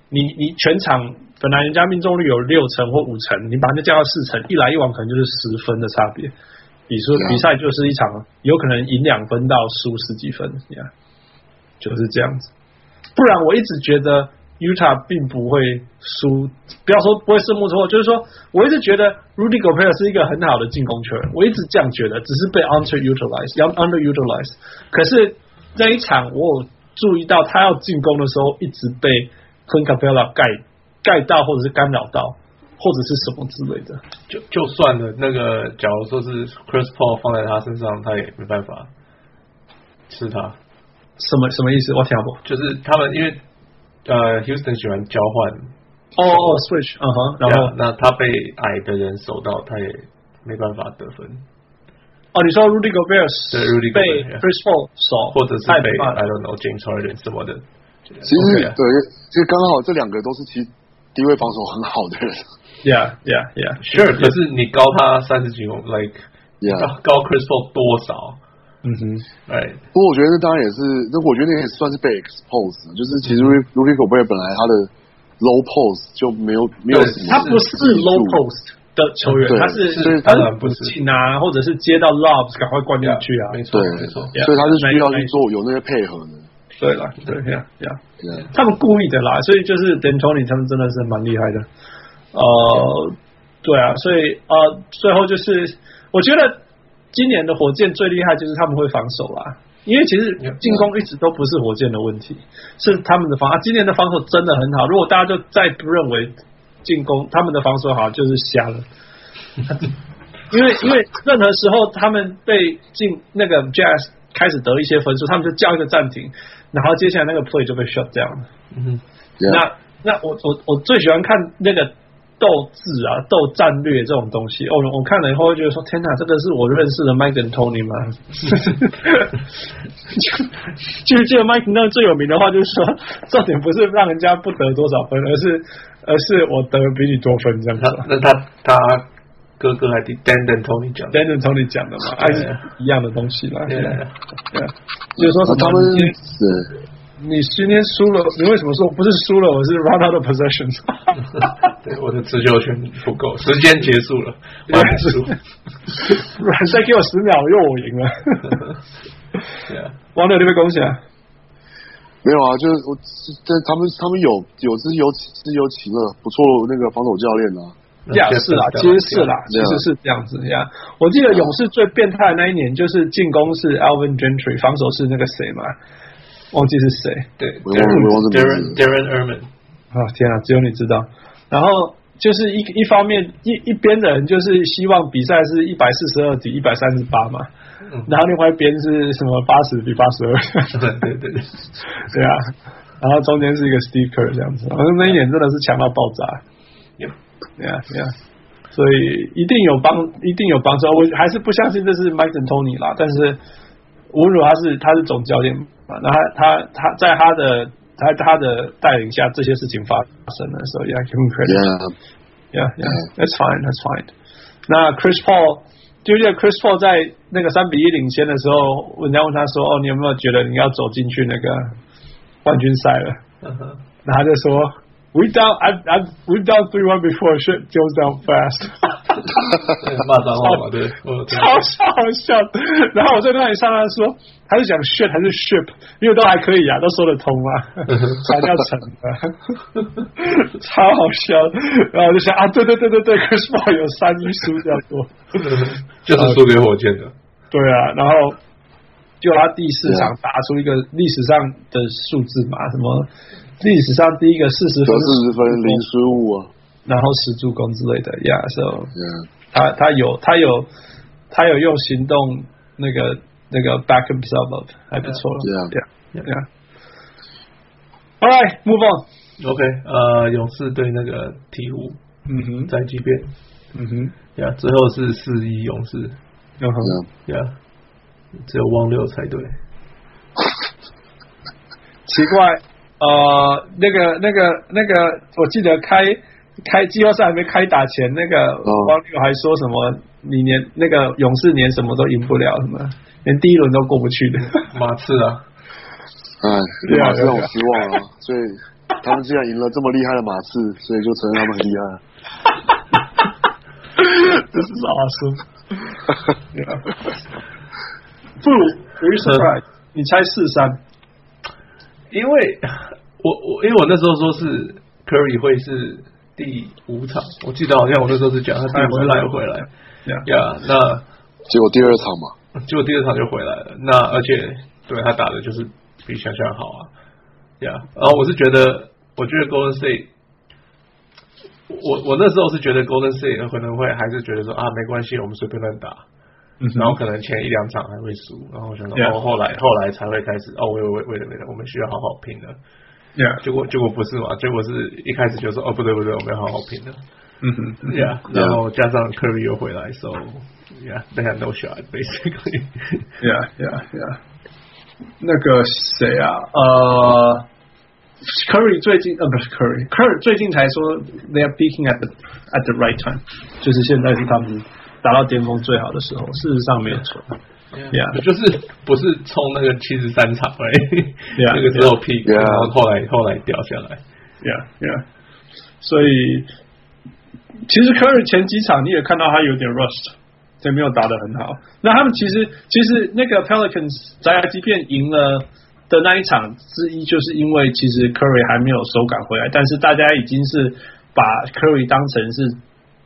[SPEAKER 1] 你你全场本来人家命中率有六成或五成，你把它降到四成，一来一往可能就是十分的差别。比如说
[SPEAKER 2] Yeah.
[SPEAKER 1] 比赛就是一场有可能赢两分到输十几分这样。就是这样子。不然我一直觉得 Utah 并不会输，不要说不会胜目之后，就是说我一直觉得 Rudy Gobert 是一个很好的进攻球员，我一直这样觉得，只是被 underutilized，要 underutilized。可是那一场我有注意到他要进攻的时候，一直被 Clint Capella 盖盖到，或者是干扰到，或者是什么之类的。
[SPEAKER 3] 就就算了，那个假如说是 Chris Paul 放在他身上，他也没办法吃他。
[SPEAKER 1] 什么什么意思？我听不懂。
[SPEAKER 3] 就是他们因为呃 Houston 喜欢交换，
[SPEAKER 1] 哦哦，switch，嗯哼，然后
[SPEAKER 3] Yeah，那他被矮的人守到，他也没办法得分，
[SPEAKER 1] 哦，你说 Rudy Gobert
[SPEAKER 3] 对，Rudy
[SPEAKER 1] 被
[SPEAKER 3] Gobert，yeah
[SPEAKER 1] Chris Paul 守，
[SPEAKER 3] 或者是
[SPEAKER 1] 太
[SPEAKER 3] 被呃
[SPEAKER 1] 棒了
[SPEAKER 3] I don't know James Harden 什么的。
[SPEAKER 2] 其实
[SPEAKER 3] OK 啊
[SPEAKER 2] 对，其实刚好这两个都是其低位防守很好的人
[SPEAKER 1] Yeah, yeah, yeah.
[SPEAKER 3] Sure，可是你高他三十几公，like 高
[SPEAKER 2] ，Yeah。
[SPEAKER 3] 高 Chris Paul 多少
[SPEAKER 1] 嗯哼，
[SPEAKER 3] ？Right，
[SPEAKER 2] 不过我觉得那当然也是，那我觉得那也算是被 expose，的就是其实 Rudy Gobert 本来他的 low post 就没有没有
[SPEAKER 3] 对
[SPEAKER 2] 什么，
[SPEAKER 1] 他不是 low post 的球员，
[SPEAKER 2] 对
[SPEAKER 1] 他是
[SPEAKER 2] 所以
[SPEAKER 1] 他
[SPEAKER 3] 当然
[SPEAKER 1] 是不
[SPEAKER 3] 不是
[SPEAKER 1] 进啊，或者是接到 lobs 赶快灌进去啊。
[SPEAKER 3] 没错
[SPEAKER 2] 对，
[SPEAKER 3] 没错。
[SPEAKER 1] Yeah，
[SPEAKER 2] 所以他是需要
[SPEAKER 1] 没
[SPEAKER 2] 去做有那些配合的。
[SPEAKER 1] 对了，对呀呀，
[SPEAKER 2] Yeah
[SPEAKER 1] 他们故意的啦，所以就是 d a n t o n y 他们真的是蛮厉害的。呃，对啊，所以呃，最后就是我觉得今年的火箭最厉害就是他们会防守啦，因为其实
[SPEAKER 3] Yeah.
[SPEAKER 1] 进攻一直都不是火箭的问题，是他们的防啊，今年的防守真的很好。如果大家就再不认为进攻他们的防守好，就是瞎了。 (laughs) 因为因为任何时候他们被进那个 Jazz 开始得一些分数，他们就叫一个暂停，然后接下来那个 play 就被 shut down 了。
[SPEAKER 3] 嗯哼，
[SPEAKER 2] Yeah，
[SPEAKER 1] 那那我我我最喜欢看那个斗志啊、斗战略这种东西。哦，我看了以后会觉得说，天哪，这个是我认识的 Mike and Tony 吗？ (laughs) 就就记得 Mike 那最有名的话就是说，重点不是让人家不得多少分，而是而是我得比你多分这
[SPEAKER 3] (laughs)
[SPEAKER 1] 样子吧。
[SPEAKER 3] 那那他他哥哥还替 Dan Dan Tony 讲的
[SPEAKER 1] Dan and Tony 讲的嘛，还
[SPEAKER 3] 对
[SPEAKER 1] 是一样的东西啦。对
[SPEAKER 3] ，Yeah，
[SPEAKER 1] 对啊就是说什
[SPEAKER 2] 他
[SPEAKER 1] 么
[SPEAKER 2] 们
[SPEAKER 1] 你今天
[SPEAKER 2] 是
[SPEAKER 1] 你今天输了，你为什么说不是输了？我是 run out of possessions。 (laughs)
[SPEAKER 3] 对，我的持久权不够，时间结束了，我还 (laughs) 输。
[SPEAKER 1] 软再给我十秒，又我赢了。
[SPEAKER 3] 对啊，
[SPEAKER 1] 王柳，你被恭喜啊！
[SPEAKER 2] 没有啊，就是我，但他们他们有有之有之有其乐，不错那个防守教练啊。
[SPEAKER 3] 那
[SPEAKER 1] 呀，
[SPEAKER 3] Jeff
[SPEAKER 1] 是啦，
[SPEAKER 3] Bezos
[SPEAKER 1] 其实是啦，其
[SPEAKER 2] 对啊
[SPEAKER 1] 实是这样子呀。我记得勇士最变态的那一年，就是进攻是 Alvin Gentry，防守是那个谁嘛，忘记是谁。
[SPEAKER 3] 对
[SPEAKER 2] 我忘了我忘了这
[SPEAKER 3] (laughs)
[SPEAKER 2] 名字
[SPEAKER 3] Darren Darren Erman，
[SPEAKER 1] 啊、天啊，只有你知道。然后就是一一方面一一边的人就是希望比赛是一百四十二比一百三十八嘛，然后另外一边是什么八十比八十二，
[SPEAKER 3] 对对对对，
[SPEAKER 1] 对啊，然后中间是一个 Steve Kerr 这样子，反正那一年真的是强到爆炸，
[SPEAKER 3] Yep
[SPEAKER 1] 对啊对啊，所以一定有帮一定有帮助，我还是不相信这是 Mike and Tony 啦，但是无论如何他是他是总教练嘛，那他他他在他的在他的带领下这些事情发生了，所以 I give him credit。
[SPEAKER 2] Yeah，
[SPEAKER 1] Yeah, yeah, that's fine, that's fine. 那 Chris Paul 就记得 Chris Paul 在那个三比一领先的时候，人家问他说：“哦，你有没有觉得你要走进去那个冠军赛了
[SPEAKER 3] 嗯哼？”
[SPEAKER 1] 然后他就说：“We down, I, I, we down three one before shit goes down fast (laughs)
[SPEAKER 3] 对 (laughs) 骂脏话嘛，对，我 (laughs) 对
[SPEAKER 1] 超好笑。然后我在那里上他说，他就讲 shit 还是 ship，因为都还可以啊，都说得通啊，才叫成啊， (laughs) 超好笑。然后我就想啊，对对对对对，Chris Paul 有三一输掉多。
[SPEAKER 3] 就是输给火箭的，
[SPEAKER 1] 对啊，然后就他第四场打出一个历史上的数字嘛，什么历史上第一个四十
[SPEAKER 2] 得
[SPEAKER 1] 分，
[SPEAKER 2] 四十分零失误啊，
[SPEAKER 1] 然后十助攻之类的呀，so
[SPEAKER 2] 对啊，
[SPEAKER 1] 他他有他有他有用行动那个那个 back himself up，还不错了
[SPEAKER 2] Yeah.
[SPEAKER 1] ，yeah yeah。All right, move on。
[SPEAKER 3] (laughs) OK，呃，勇士对那个鹈鹕
[SPEAKER 1] 嗯哼，
[SPEAKER 3] 在即便，
[SPEAKER 1] 嗯哼，
[SPEAKER 3] 呀、最后是四一勇士，
[SPEAKER 1] 然后
[SPEAKER 2] 对啊，
[SPEAKER 3] 呀、只有汪六才对，
[SPEAKER 1] 奇怪，呃，那个那个那个，我记得开开季后赛还没开打前，那个汪六还说什么，你连那个勇士连什么都赢不了，什么连第一轮都过不去的。 (laughs)
[SPEAKER 3] (laughs) 马刺啊，
[SPEAKER 2] 哎，
[SPEAKER 1] 对啊
[SPEAKER 2] 马刺
[SPEAKER 1] 对啊
[SPEAKER 2] 让我失望
[SPEAKER 3] (laughs)
[SPEAKER 2] 了，所以他们竟然赢了这么厉害的马刺，所以就承认他们很厉害。啊
[SPEAKER 1] This is awesome. yeah. 不，very surprise。你呃猜四三？
[SPEAKER 3] 因为我我因为我那时候说是 Curry 会是第五场，我记得好像我那时候是讲他第五场
[SPEAKER 1] 他
[SPEAKER 3] 才
[SPEAKER 1] 也
[SPEAKER 3] 回
[SPEAKER 1] 回
[SPEAKER 3] 来，
[SPEAKER 1] Yeah.
[SPEAKER 3] 呀、那。
[SPEAKER 2] 结果第二场嘛，
[SPEAKER 3] 结果第二场就回来了。那而且对他打的就是比想象好啊，呀、然后我是觉得，我觉得 Golden State，我我那时候是觉得 Golden State 可能会还是觉得说啊没关系，我们随便乱打，然后可能前一两场还会输，然后我想说
[SPEAKER 1] Yeah.
[SPEAKER 3] 哦后来后来才会开始哦为为为了为了我们需要好好拼了。
[SPEAKER 1] Yeah.
[SPEAKER 3] 结果结果不是嘛？结果是一开始就说哦不对不对，我们要好好拼了。
[SPEAKER 1] 嗯哼。
[SPEAKER 3] Yeah，然 (laughs) 后加上 Curry 又回来，so yeah they had no shot basically 。
[SPEAKER 1] Yeah. Yeah. Yeah. 那个谁啊？呃，Curry 最近呃不是 Curry，Curry 最近才说 they are peaking at the at the right time，就是现在是他们达到巅峰最好的时候。事实上没有错。Yeah.
[SPEAKER 3] 就是不是冲那个七十三场而已，
[SPEAKER 1] Yeah,
[SPEAKER 3] 那个时候 peak，
[SPEAKER 2] yeah.
[SPEAKER 3] 然后后来后来掉下来。
[SPEAKER 1] Yeah, yeah. 所以其实 Curry 前几场你也看到他有点 rust，也没有打得很好。那他们其实其实那个 Pelicans 宅即便赢了的那一场之一，就是因为其实 Curry 还没有手感回来，但是大家已经是把 Curry 当成是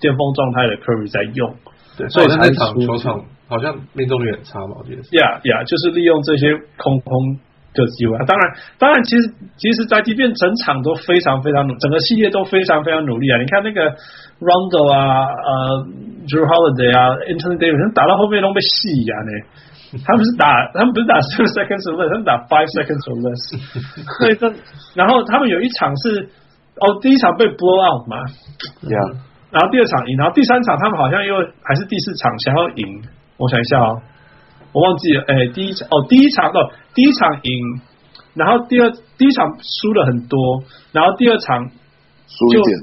[SPEAKER 1] 巅峰状态的 Curry 在用。
[SPEAKER 3] 对，
[SPEAKER 1] 所以
[SPEAKER 3] 好哦像那
[SPEAKER 1] 才
[SPEAKER 3] 场
[SPEAKER 1] 输
[SPEAKER 3] 球场好像命中率很差嘛，我记得是。
[SPEAKER 1] 呀呀，就是利用这些空空的机会。当然，当然，其实其实宅基变整场都非常非常努，整个系列都非常非常努力啊！你看那个 Rondo 啊，呃，Drew Holiday 啊，Anthony Davis 打到后面都被戏呀呢。他们是打，他们不是打 two seconds or less，他们打 five seconds or less。所以这，然后他们有一场是，哦，第一场被 blow out 嘛，
[SPEAKER 2] 对啊，
[SPEAKER 1] 然后第二场赢，然后第三场他们好像又还是第四场想要赢，我想一下哦，我忘记了，哎，第一场哦，第一场哦，第一场赢，然后第二第一场输了很多，然后第二场
[SPEAKER 2] 输一点，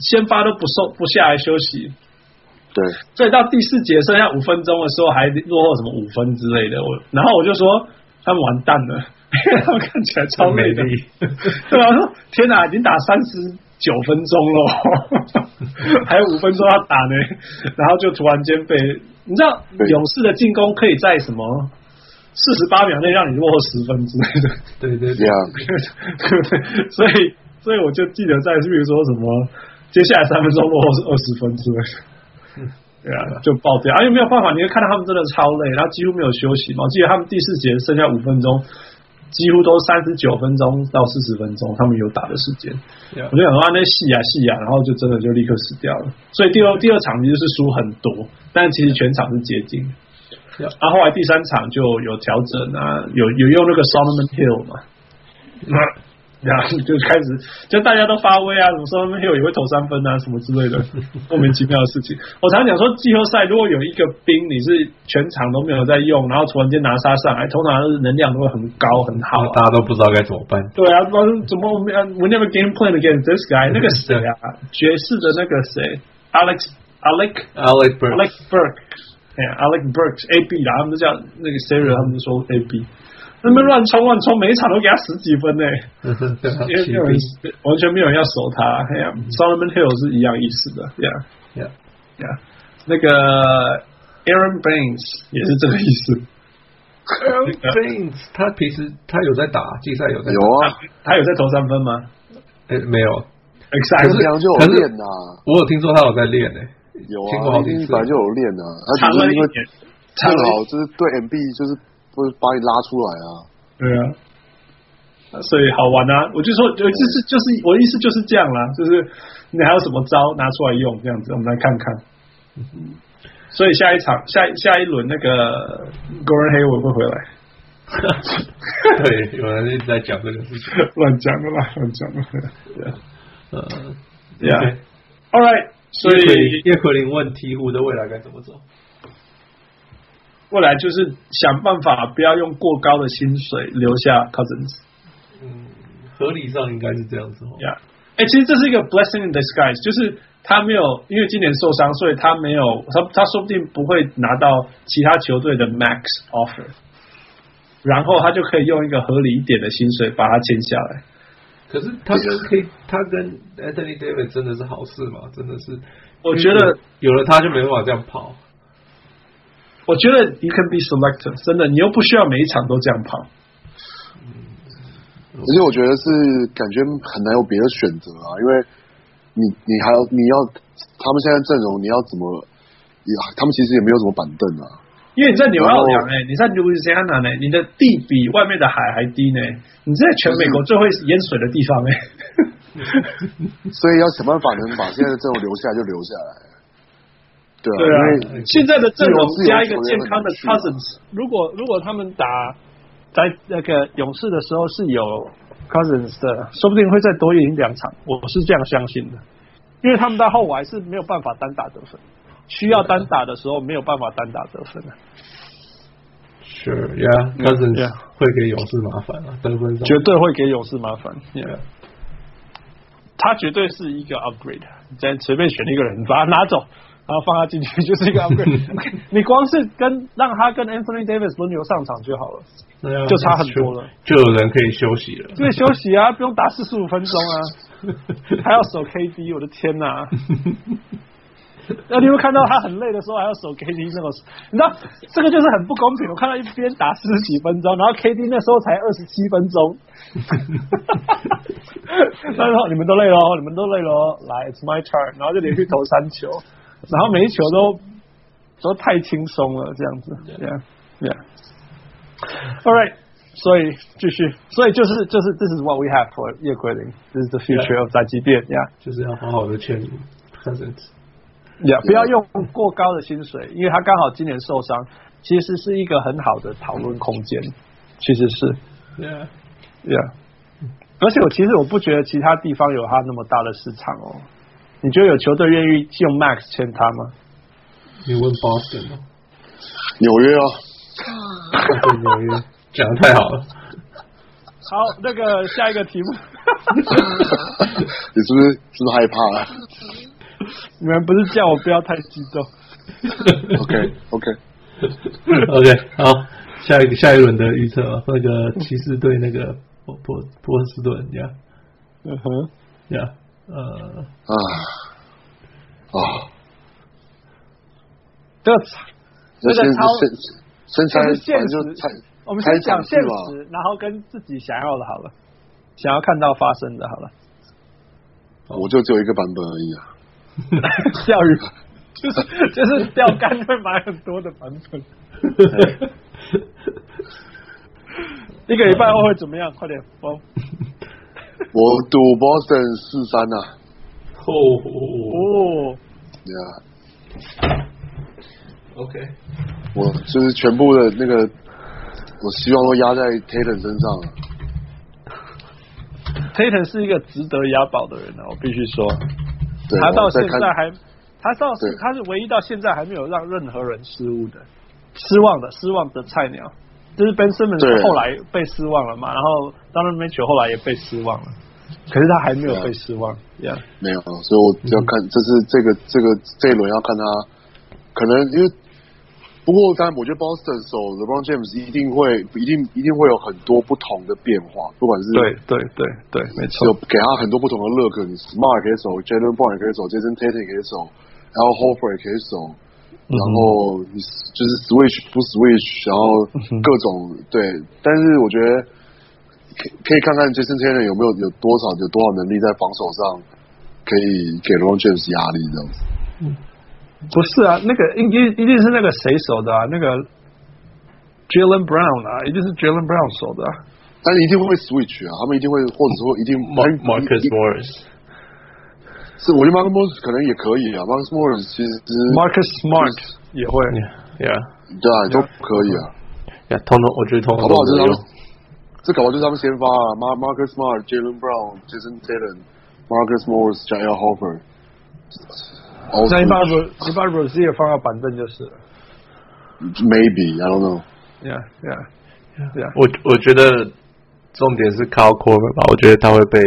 [SPEAKER 1] 先发都不受不下来休息，
[SPEAKER 2] 对，
[SPEAKER 1] 所以到第四节剩下五分钟的时候还落后什么五分之类的，我然后我就说他们完蛋了， (laughs) 因为他们看起来超
[SPEAKER 3] 美
[SPEAKER 1] 累的，
[SPEAKER 3] 丽，
[SPEAKER 1] (laughs) 对啊，我说天哪，已经打三十九分钟了，还有五分钟要打呢，然后就突然间被你知道
[SPEAKER 2] 对
[SPEAKER 1] 勇士的进攻可以在什么四十八秒内让你落后十分之类的，
[SPEAKER 3] 对
[SPEAKER 2] 对
[SPEAKER 3] 对对
[SPEAKER 2] 啊，
[SPEAKER 1] 对不对？ (laughs) 所以所以我就记得在比如说什么接下来三分钟落后二十分之类的。 (laughs) 对啊，就爆掉，而、且没有办法，你会看到他们真的超累，然后几乎没有休息嘛。我记得他们第四节剩下五分钟，几乎都三十九分钟到四十分钟，他们有打的时间。
[SPEAKER 3] ，yeah，
[SPEAKER 1] 我就想说啊那戏啊戏啊，然后就真的就立刻死掉了。所以第二第二场就是输很多，但其实全场是接近。啊
[SPEAKER 3] Yeah.
[SPEAKER 1] 然后后来第三场就有调整啊，有有用那个 Solomon Hill 嘛，那 (laughs) 然后就开始就大家都发威啊，什么 Solomon Hill 也会投三分啊，什么之类的莫名其妙的事情。我常讲说季后赛如果有一个兵你是全场都没有在用，然后突然间拿杀上来，通常是能量都会很高很好啊
[SPEAKER 3] 大。家都不知道该怎么办。
[SPEAKER 1] 对啊，不知道怎么我
[SPEAKER 4] 呃
[SPEAKER 1] 们 we never game plan against this guy。那个谁啊，爵士的那个谁，Alex Alex
[SPEAKER 3] Alex b u r
[SPEAKER 1] Alex Burke，
[SPEAKER 4] 哎呀，Alex Burks A B 啦，他们都叫那个 Sarah，他们就说 A B，那边乱冲乱冲，每一场都给他十几分呢、
[SPEAKER 3] (laughs) 对啊
[SPEAKER 4] 因为
[SPEAKER 3] 骑
[SPEAKER 4] 没有人
[SPEAKER 3] 兵
[SPEAKER 4] 完全没有人要守他。哎呀、s o l o m o n Hill 是一样意思的，Yeah
[SPEAKER 3] Yeah
[SPEAKER 4] Yeah，那个 Aaron Baines 也是这个意思，
[SPEAKER 3] Aaron Baines，他平时他有在打季赛有在打
[SPEAKER 2] 有啊，
[SPEAKER 4] 他有在投三分吗
[SPEAKER 3] 诶哎没有，
[SPEAKER 2] 平
[SPEAKER 4] ？Exactly，
[SPEAKER 2] 常就有
[SPEAKER 3] 可是
[SPEAKER 2] 练呐，
[SPEAKER 3] 我有听说他有在练诶、
[SPEAKER 2] 有
[SPEAKER 3] 听过
[SPEAKER 2] 啊
[SPEAKER 3] 好，几
[SPEAKER 2] 因为
[SPEAKER 3] 次
[SPEAKER 2] 本来就有练呐，啊他
[SPEAKER 4] 长
[SPEAKER 2] 只
[SPEAKER 4] 了
[SPEAKER 2] 是
[SPEAKER 4] 一
[SPEAKER 2] 因为
[SPEAKER 4] 点，长
[SPEAKER 2] 正
[SPEAKER 4] 了一
[SPEAKER 2] 好就是对 MB 就是就是把你拉出来啊，
[SPEAKER 4] 对啊，所以好玩啊！我就说，就就是就是我的意思就是这样啦，就是你还有什么招拿出来用这样子，我们来看看。所以下一场下下一轮那个 Goran Hayward 会回来，
[SPEAKER 3] (laughs) 对，有人一直在讲这
[SPEAKER 1] (laughs)
[SPEAKER 3] 个事情。
[SPEAKER 4] (laughs) 乱讲的啦，乱讲的。对啊
[SPEAKER 3] 呃，
[SPEAKER 4] 对啊 All right，所
[SPEAKER 3] 叶奎
[SPEAKER 4] 以
[SPEAKER 3] 林叶奎林问鹈鹕的未来该怎么走？
[SPEAKER 4] 未来就是想办法不要用过高的薪水留下 Cousins。
[SPEAKER 3] 嗯，合理上应该是这样子哦。
[SPEAKER 4] Yeah，哎、其实这是一个 blessing in disguise，就是他没有因为今年受伤，所以他没有他他说不定不会拿到其他球队的 max offer，然后他就可以用一个合理一点的薪水把他签下来。
[SPEAKER 3] 可是他跟 K，他跟 Anthony Davis 真的是好事吗？真的是，
[SPEAKER 4] 我觉得
[SPEAKER 3] 有了他就没办法这样跑。
[SPEAKER 4] 我觉得 you can be selective，真的，你又不需要每一场都这样跑。
[SPEAKER 2] 而且我觉得是感觉很难有别的选择啊，因为你你还要你要他们现在阵容你要怎么，也他们其实也没有什么板凳啊，
[SPEAKER 4] 因为你在纽奥良
[SPEAKER 2] 然
[SPEAKER 4] 哎、你在 Louisiana 呢、你的地比外面的海还低呢、你在全美国最会淹水的地方哎、
[SPEAKER 2] 所以要想办法能把现在的阵容留下来就留下来。对啊，
[SPEAKER 4] 对啊
[SPEAKER 2] 因为，
[SPEAKER 4] 现在的阵容
[SPEAKER 2] 自由
[SPEAKER 4] 加一
[SPEAKER 2] 自
[SPEAKER 4] 个
[SPEAKER 2] 由球
[SPEAKER 4] 健
[SPEAKER 2] 员
[SPEAKER 4] 康的
[SPEAKER 2] 很有趣啊
[SPEAKER 4] Cousins，
[SPEAKER 1] 如果如果他们打在那个勇士的时候是有 Cousins 的，说不定会再多赢两场，我是这样相信的，因为他们到后来是没有办法单打得分，需要单打的时候没有办法单打得分的。
[SPEAKER 3] Sure, yeah,
[SPEAKER 1] 嗯
[SPEAKER 3] Cousins
[SPEAKER 1] yeah.
[SPEAKER 3] 会给勇士麻烦啊，得分上
[SPEAKER 1] 绝对会给勇士麻烦。
[SPEAKER 3] Yeah.
[SPEAKER 1] 他绝对是一个 upgrade。你再随便选一个人，把他拿走，然后放他进去，就是一个
[SPEAKER 2] (laughs)
[SPEAKER 1] upgrade。你光是跟让他跟 Anthony Davis 轮流上场就好了，
[SPEAKER 3] 对啊
[SPEAKER 1] 就差很多了，
[SPEAKER 3] 就就有人可以休息了。
[SPEAKER 1] 因为
[SPEAKER 3] (laughs)
[SPEAKER 1] 休息啊，不用打四十五分钟啊，还要守 KD，我的天哪、 (laughs) 那你会看到他很累的时候还要守 KD 那种，你知道这个就是很不公平。我看到一边打四十几分钟，然后 KD 那时候才二十七分钟， (laughs) 然后你们都累了，你们都累了，来，It's my turn，然后就连续投三球，然后每一球都都太轻松了，这样子，Yeah Yeah。All right，所以继续，所以就是就是 This is what we have for 叶奎林，This is the future of 宅急便，Yeah。
[SPEAKER 3] 就是要好好的签 Cousins。
[SPEAKER 1] 也不要用过高的薪水，因为他刚好今年受伤，其实是一个很好的讨论空间，其实是
[SPEAKER 3] Yeah,
[SPEAKER 1] ，Yeah。而且我其实我不觉得其他地方有他那么大的市场哦。你觉得有球队愿意用 Max 签他吗？
[SPEAKER 3] 你问 Boston 哦，
[SPEAKER 2] 纽约啊，
[SPEAKER 3] 对纽约 (laughs) 讲的太好了。
[SPEAKER 1] 好，那个下一个 (laughs) 题目，
[SPEAKER 2] (laughs) 你是不是是不是害怕啊了
[SPEAKER 1] 你们不是叫我不要太激动？
[SPEAKER 2] ？OK OK，
[SPEAKER 3] (laughs) OK，好，下一个下一轮的预测啊，那个骑士对那个波波波士顿呀
[SPEAKER 1] 嗯哼，
[SPEAKER 3] 呀，呃，
[SPEAKER 2] 啊啊，
[SPEAKER 1] 这个场
[SPEAKER 2] 那
[SPEAKER 1] 这
[SPEAKER 2] 先
[SPEAKER 1] 个超
[SPEAKER 2] 先先猜
[SPEAKER 1] 这是，现
[SPEAKER 2] 反正就
[SPEAKER 1] 实
[SPEAKER 2] 猜。
[SPEAKER 1] 我们先讲现
[SPEAKER 2] 开场是
[SPEAKER 1] 实，然后跟自己想要的好了，想要看到发生的好了。
[SPEAKER 2] 我就只有一个版本而已啊。
[SPEAKER 1] (laughs) 钓鱼，就是就是钓竿会买很多的版本。一个礼拜后会怎么样？快点，哦
[SPEAKER 2] 我赌 Boston 四三呐，
[SPEAKER 3] 哦
[SPEAKER 1] 哦，
[SPEAKER 2] 对啊，
[SPEAKER 3] ，OK，
[SPEAKER 2] 我就是全部的那个，我希望都压在 Taylor 身上啊。
[SPEAKER 1] ，Tatum 是一个值得押宝的人呢、啊我必须说，
[SPEAKER 2] 对，
[SPEAKER 1] 他到
[SPEAKER 2] 我再
[SPEAKER 1] 现
[SPEAKER 2] 看
[SPEAKER 1] 在还，他到
[SPEAKER 2] 对
[SPEAKER 1] 他是唯一到现在还没有让任何人失误的，失望的失望的菜鸟，就是 Ben Simmons
[SPEAKER 2] 对
[SPEAKER 1] 后来被失望了嘛，然后 Donovan Mitchell 后来也被失望了，可是他还没有被失望，Yeah，
[SPEAKER 2] 没有，
[SPEAKER 1] 嗯
[SPEAKER 2] 所以我要看，这是这个这个这一轮要看他，可能因为不过，当然，我觉得 Boston 守 LeBron James 一定会一定一定会有很多不同的变化，不管是
[SPEAKER 1] 对对对对，没
[SPEAKER 2] 有
[SPEAKER 1] 错，
[SPEAKER 2] 给他很多不同的乐可，你 Smart 可以守，Jalen Brown 也可以守，Jason Tatum 也可以守，Al h o f e r 也可以守，然后你就是 Switch 不 Switch，然后各种对，但是我觉得可以可以看看 Jason Tatum 有没有有多少有多少能力在防守上可以给 LeBron James 压力这样子。
[SPEAKER 1] 不是啊，那个一定一定是那个谁守的啊，那个 Jalen Brown 啊，一定是 Jalen Brown 守的、啊。
[SPEAKER 2] 但是一定会 switch 啊，他们一定会，或者说一定
[SPEAKER 3] Mar- 嗯 Marcus
[SPEAKER 2] 一
[SPEAKER 3] Morris
[SPEAKER 2] 是我觉得 Marcus Morris 可能也可以啊，Marcus Morris 其实
[SPEAKER 1] Marcus Smart 也会，
[SPEAKER 3] yeah
[SPEAKER 2] 对啊都可以啊，
[SPEAKER 3] yeah 通通我觉得通
[SPEAKER 1] 哦
[SPEAKER 2] 搞
[SPEAKER 3] 通
[SPEAKER 2] 不好就是他
[SPEAKER 3] 都有
[SPEAKER 2] 们，这搞不好就是他们先发啊，Mar Marcus Smart、Jalen Brown、Jason Tatum、Marcus Morris、j a l Hopper，
[SPEAKER 1] 那你把 Ro- 你把 Rosier 放到板凳就是了。
[SPEAKER 2] maybe I don't know，
[SPEAKER 1] Yeah, yeah, yeah.
[SPEAKER 3] 我我觉得重点是 Kyle Korver 吧，我觉得他会被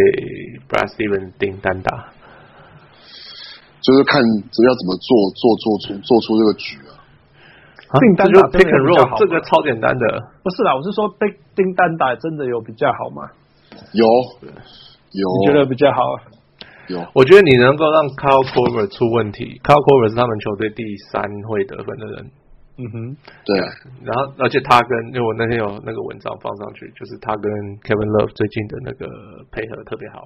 [SPEAKER 3] Brad Stevens 盯单打。
[SPEAKER 2] 就是看要怎么做做做出做出这个局啊。
[SPEAKER 1] 订单
[SPEAKER 3] 这
[SPEAKER 1] 打
[SPEAKER 3] 就
[SPEAKER 1] 真的
[SPEAKER 3] pick
[SPEAKER 1] 有比
[SPEAKER 3] and
[SPEAKER 1] 较好
[SPEAKER 3] roll，
[SPEAKER 1] 吗
[SPEAKER 3] 这个超简单的。
[SPEAKER 1] 不是啊啦，我是说被订单打真的有比较好吗？
[SPEAKER 2] 有有
[SPEAKER 1] 你觉得比较好？啊
[SPEAKER 2] 有
[SPEAKER 3] 我觉得你能够让 Kyle Korver 出问题，Kyle Korver 是他们球队第三会得分的人。
[SPEAKER 1] 嗯哼，
[SPEAKER 2] 对啊
[SPEAKER 3] 然后，而且他跟因为我那天有那个文章放上去，就是他跟 Kevin Love 最近的那个配合特别好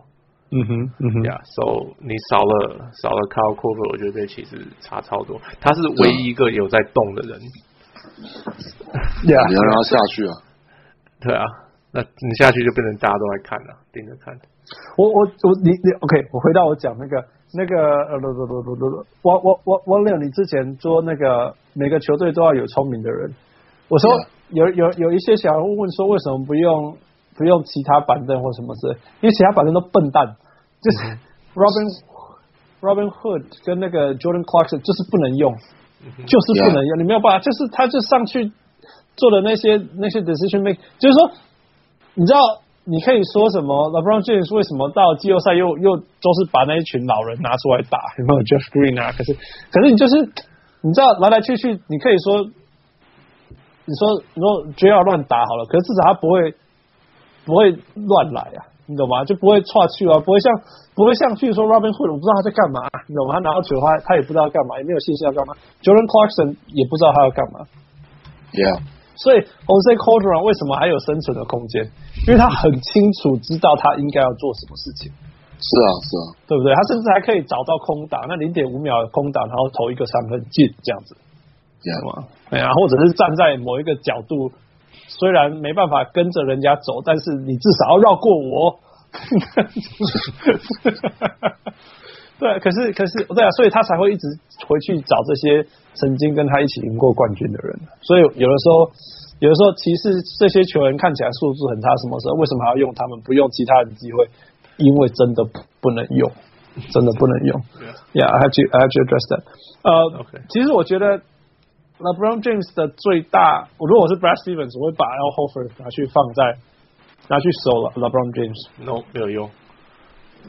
[SPEAKER 1] 嗯哼，嗯哼
[SPEAKER 3] 呀。so 你少了少了 Kyle Korver，我觉得其实差超多。他是唯一一个有在动的人，
[SPEAKER 2] 你要
[SPEAKER 1] ，Yeah，
[SPEAKER 2] 让他下去啊。
[SPEAKER 3] 对啊。那你下去就变成大家都来看了，盯着看。
[SPEAKER 1] 我我我你你 OK，我回到我讲那个那个呃不不不不不不，我我我我六，你之前说那个每个球队都要有聪明的人，我说
[SPEAKER 2] Yeah.
[SPEAKER 1] 有有有一些小人物问说为什么不用不用其他板凳或什么之类，因为其他板凳都笨蛋，就是 Robin Robin Hood 跟那个 Jordan Clarkson 就是不能用，就是不能用，你没有办法，就是他就上去做的那些那些 decision make，就是说你知道，你可以说什么？LeBron James 为什么到季后赛又又都是把那一群老人拿出来打？ (laughs) 有没有 Jeff Green 啊？可是可是你就是你知道来来去去，你可以说你说你说 JR 乱打好了，可是至少他不会不会乱来啊，你懂吗？就不会岔去啊，不会像不会像譬如说 Robin Hood，我不知道他在干嘛，你懂吗？他拿到球他他也不知道干嘛，也没有信心要干嘛。Jordan Clarkson 也不知道他要干嘛。
[SPEAKER 2] Yeah，
[SPEAKER 1] 所以 Jose Calderon 为什么还有生存的空间？因为他很清楚知道他应该要做什么事情，
[SPEAKER 2] 是啊是啊，
[SPEAKER 1] 对不对？他甚至还可以找到空档，那零点五秒的空档，然后投一个三分进这样子，
[SPEAKER 2] Yeah
[SPEAKER 1] 对吗？哎呀，或者是站在某一个角度，虽然没办法跟着人家走，但是你至少要绕过我。 (laughs) 对，可是可是对啊，所以他才会一直回去找这些曾经跟他一起赢过冠军的人。所以有的时候，有的时候其实这些球员看起来素质很差，什么时候为什么还要用他们，不用其他人机会？因为真的不不能用，真的不能用。Yeah, I have to I have to address that. 呃、
[SPEAKER 3] Okay.
[SPEAKER 1] 其实我觉得 LeBron James 的最大，我如果我是 Brad Stevens，我会把 Al Horford 拿去放在拿去守了 LeBron James。
[SPEAKER 3] No，没有用。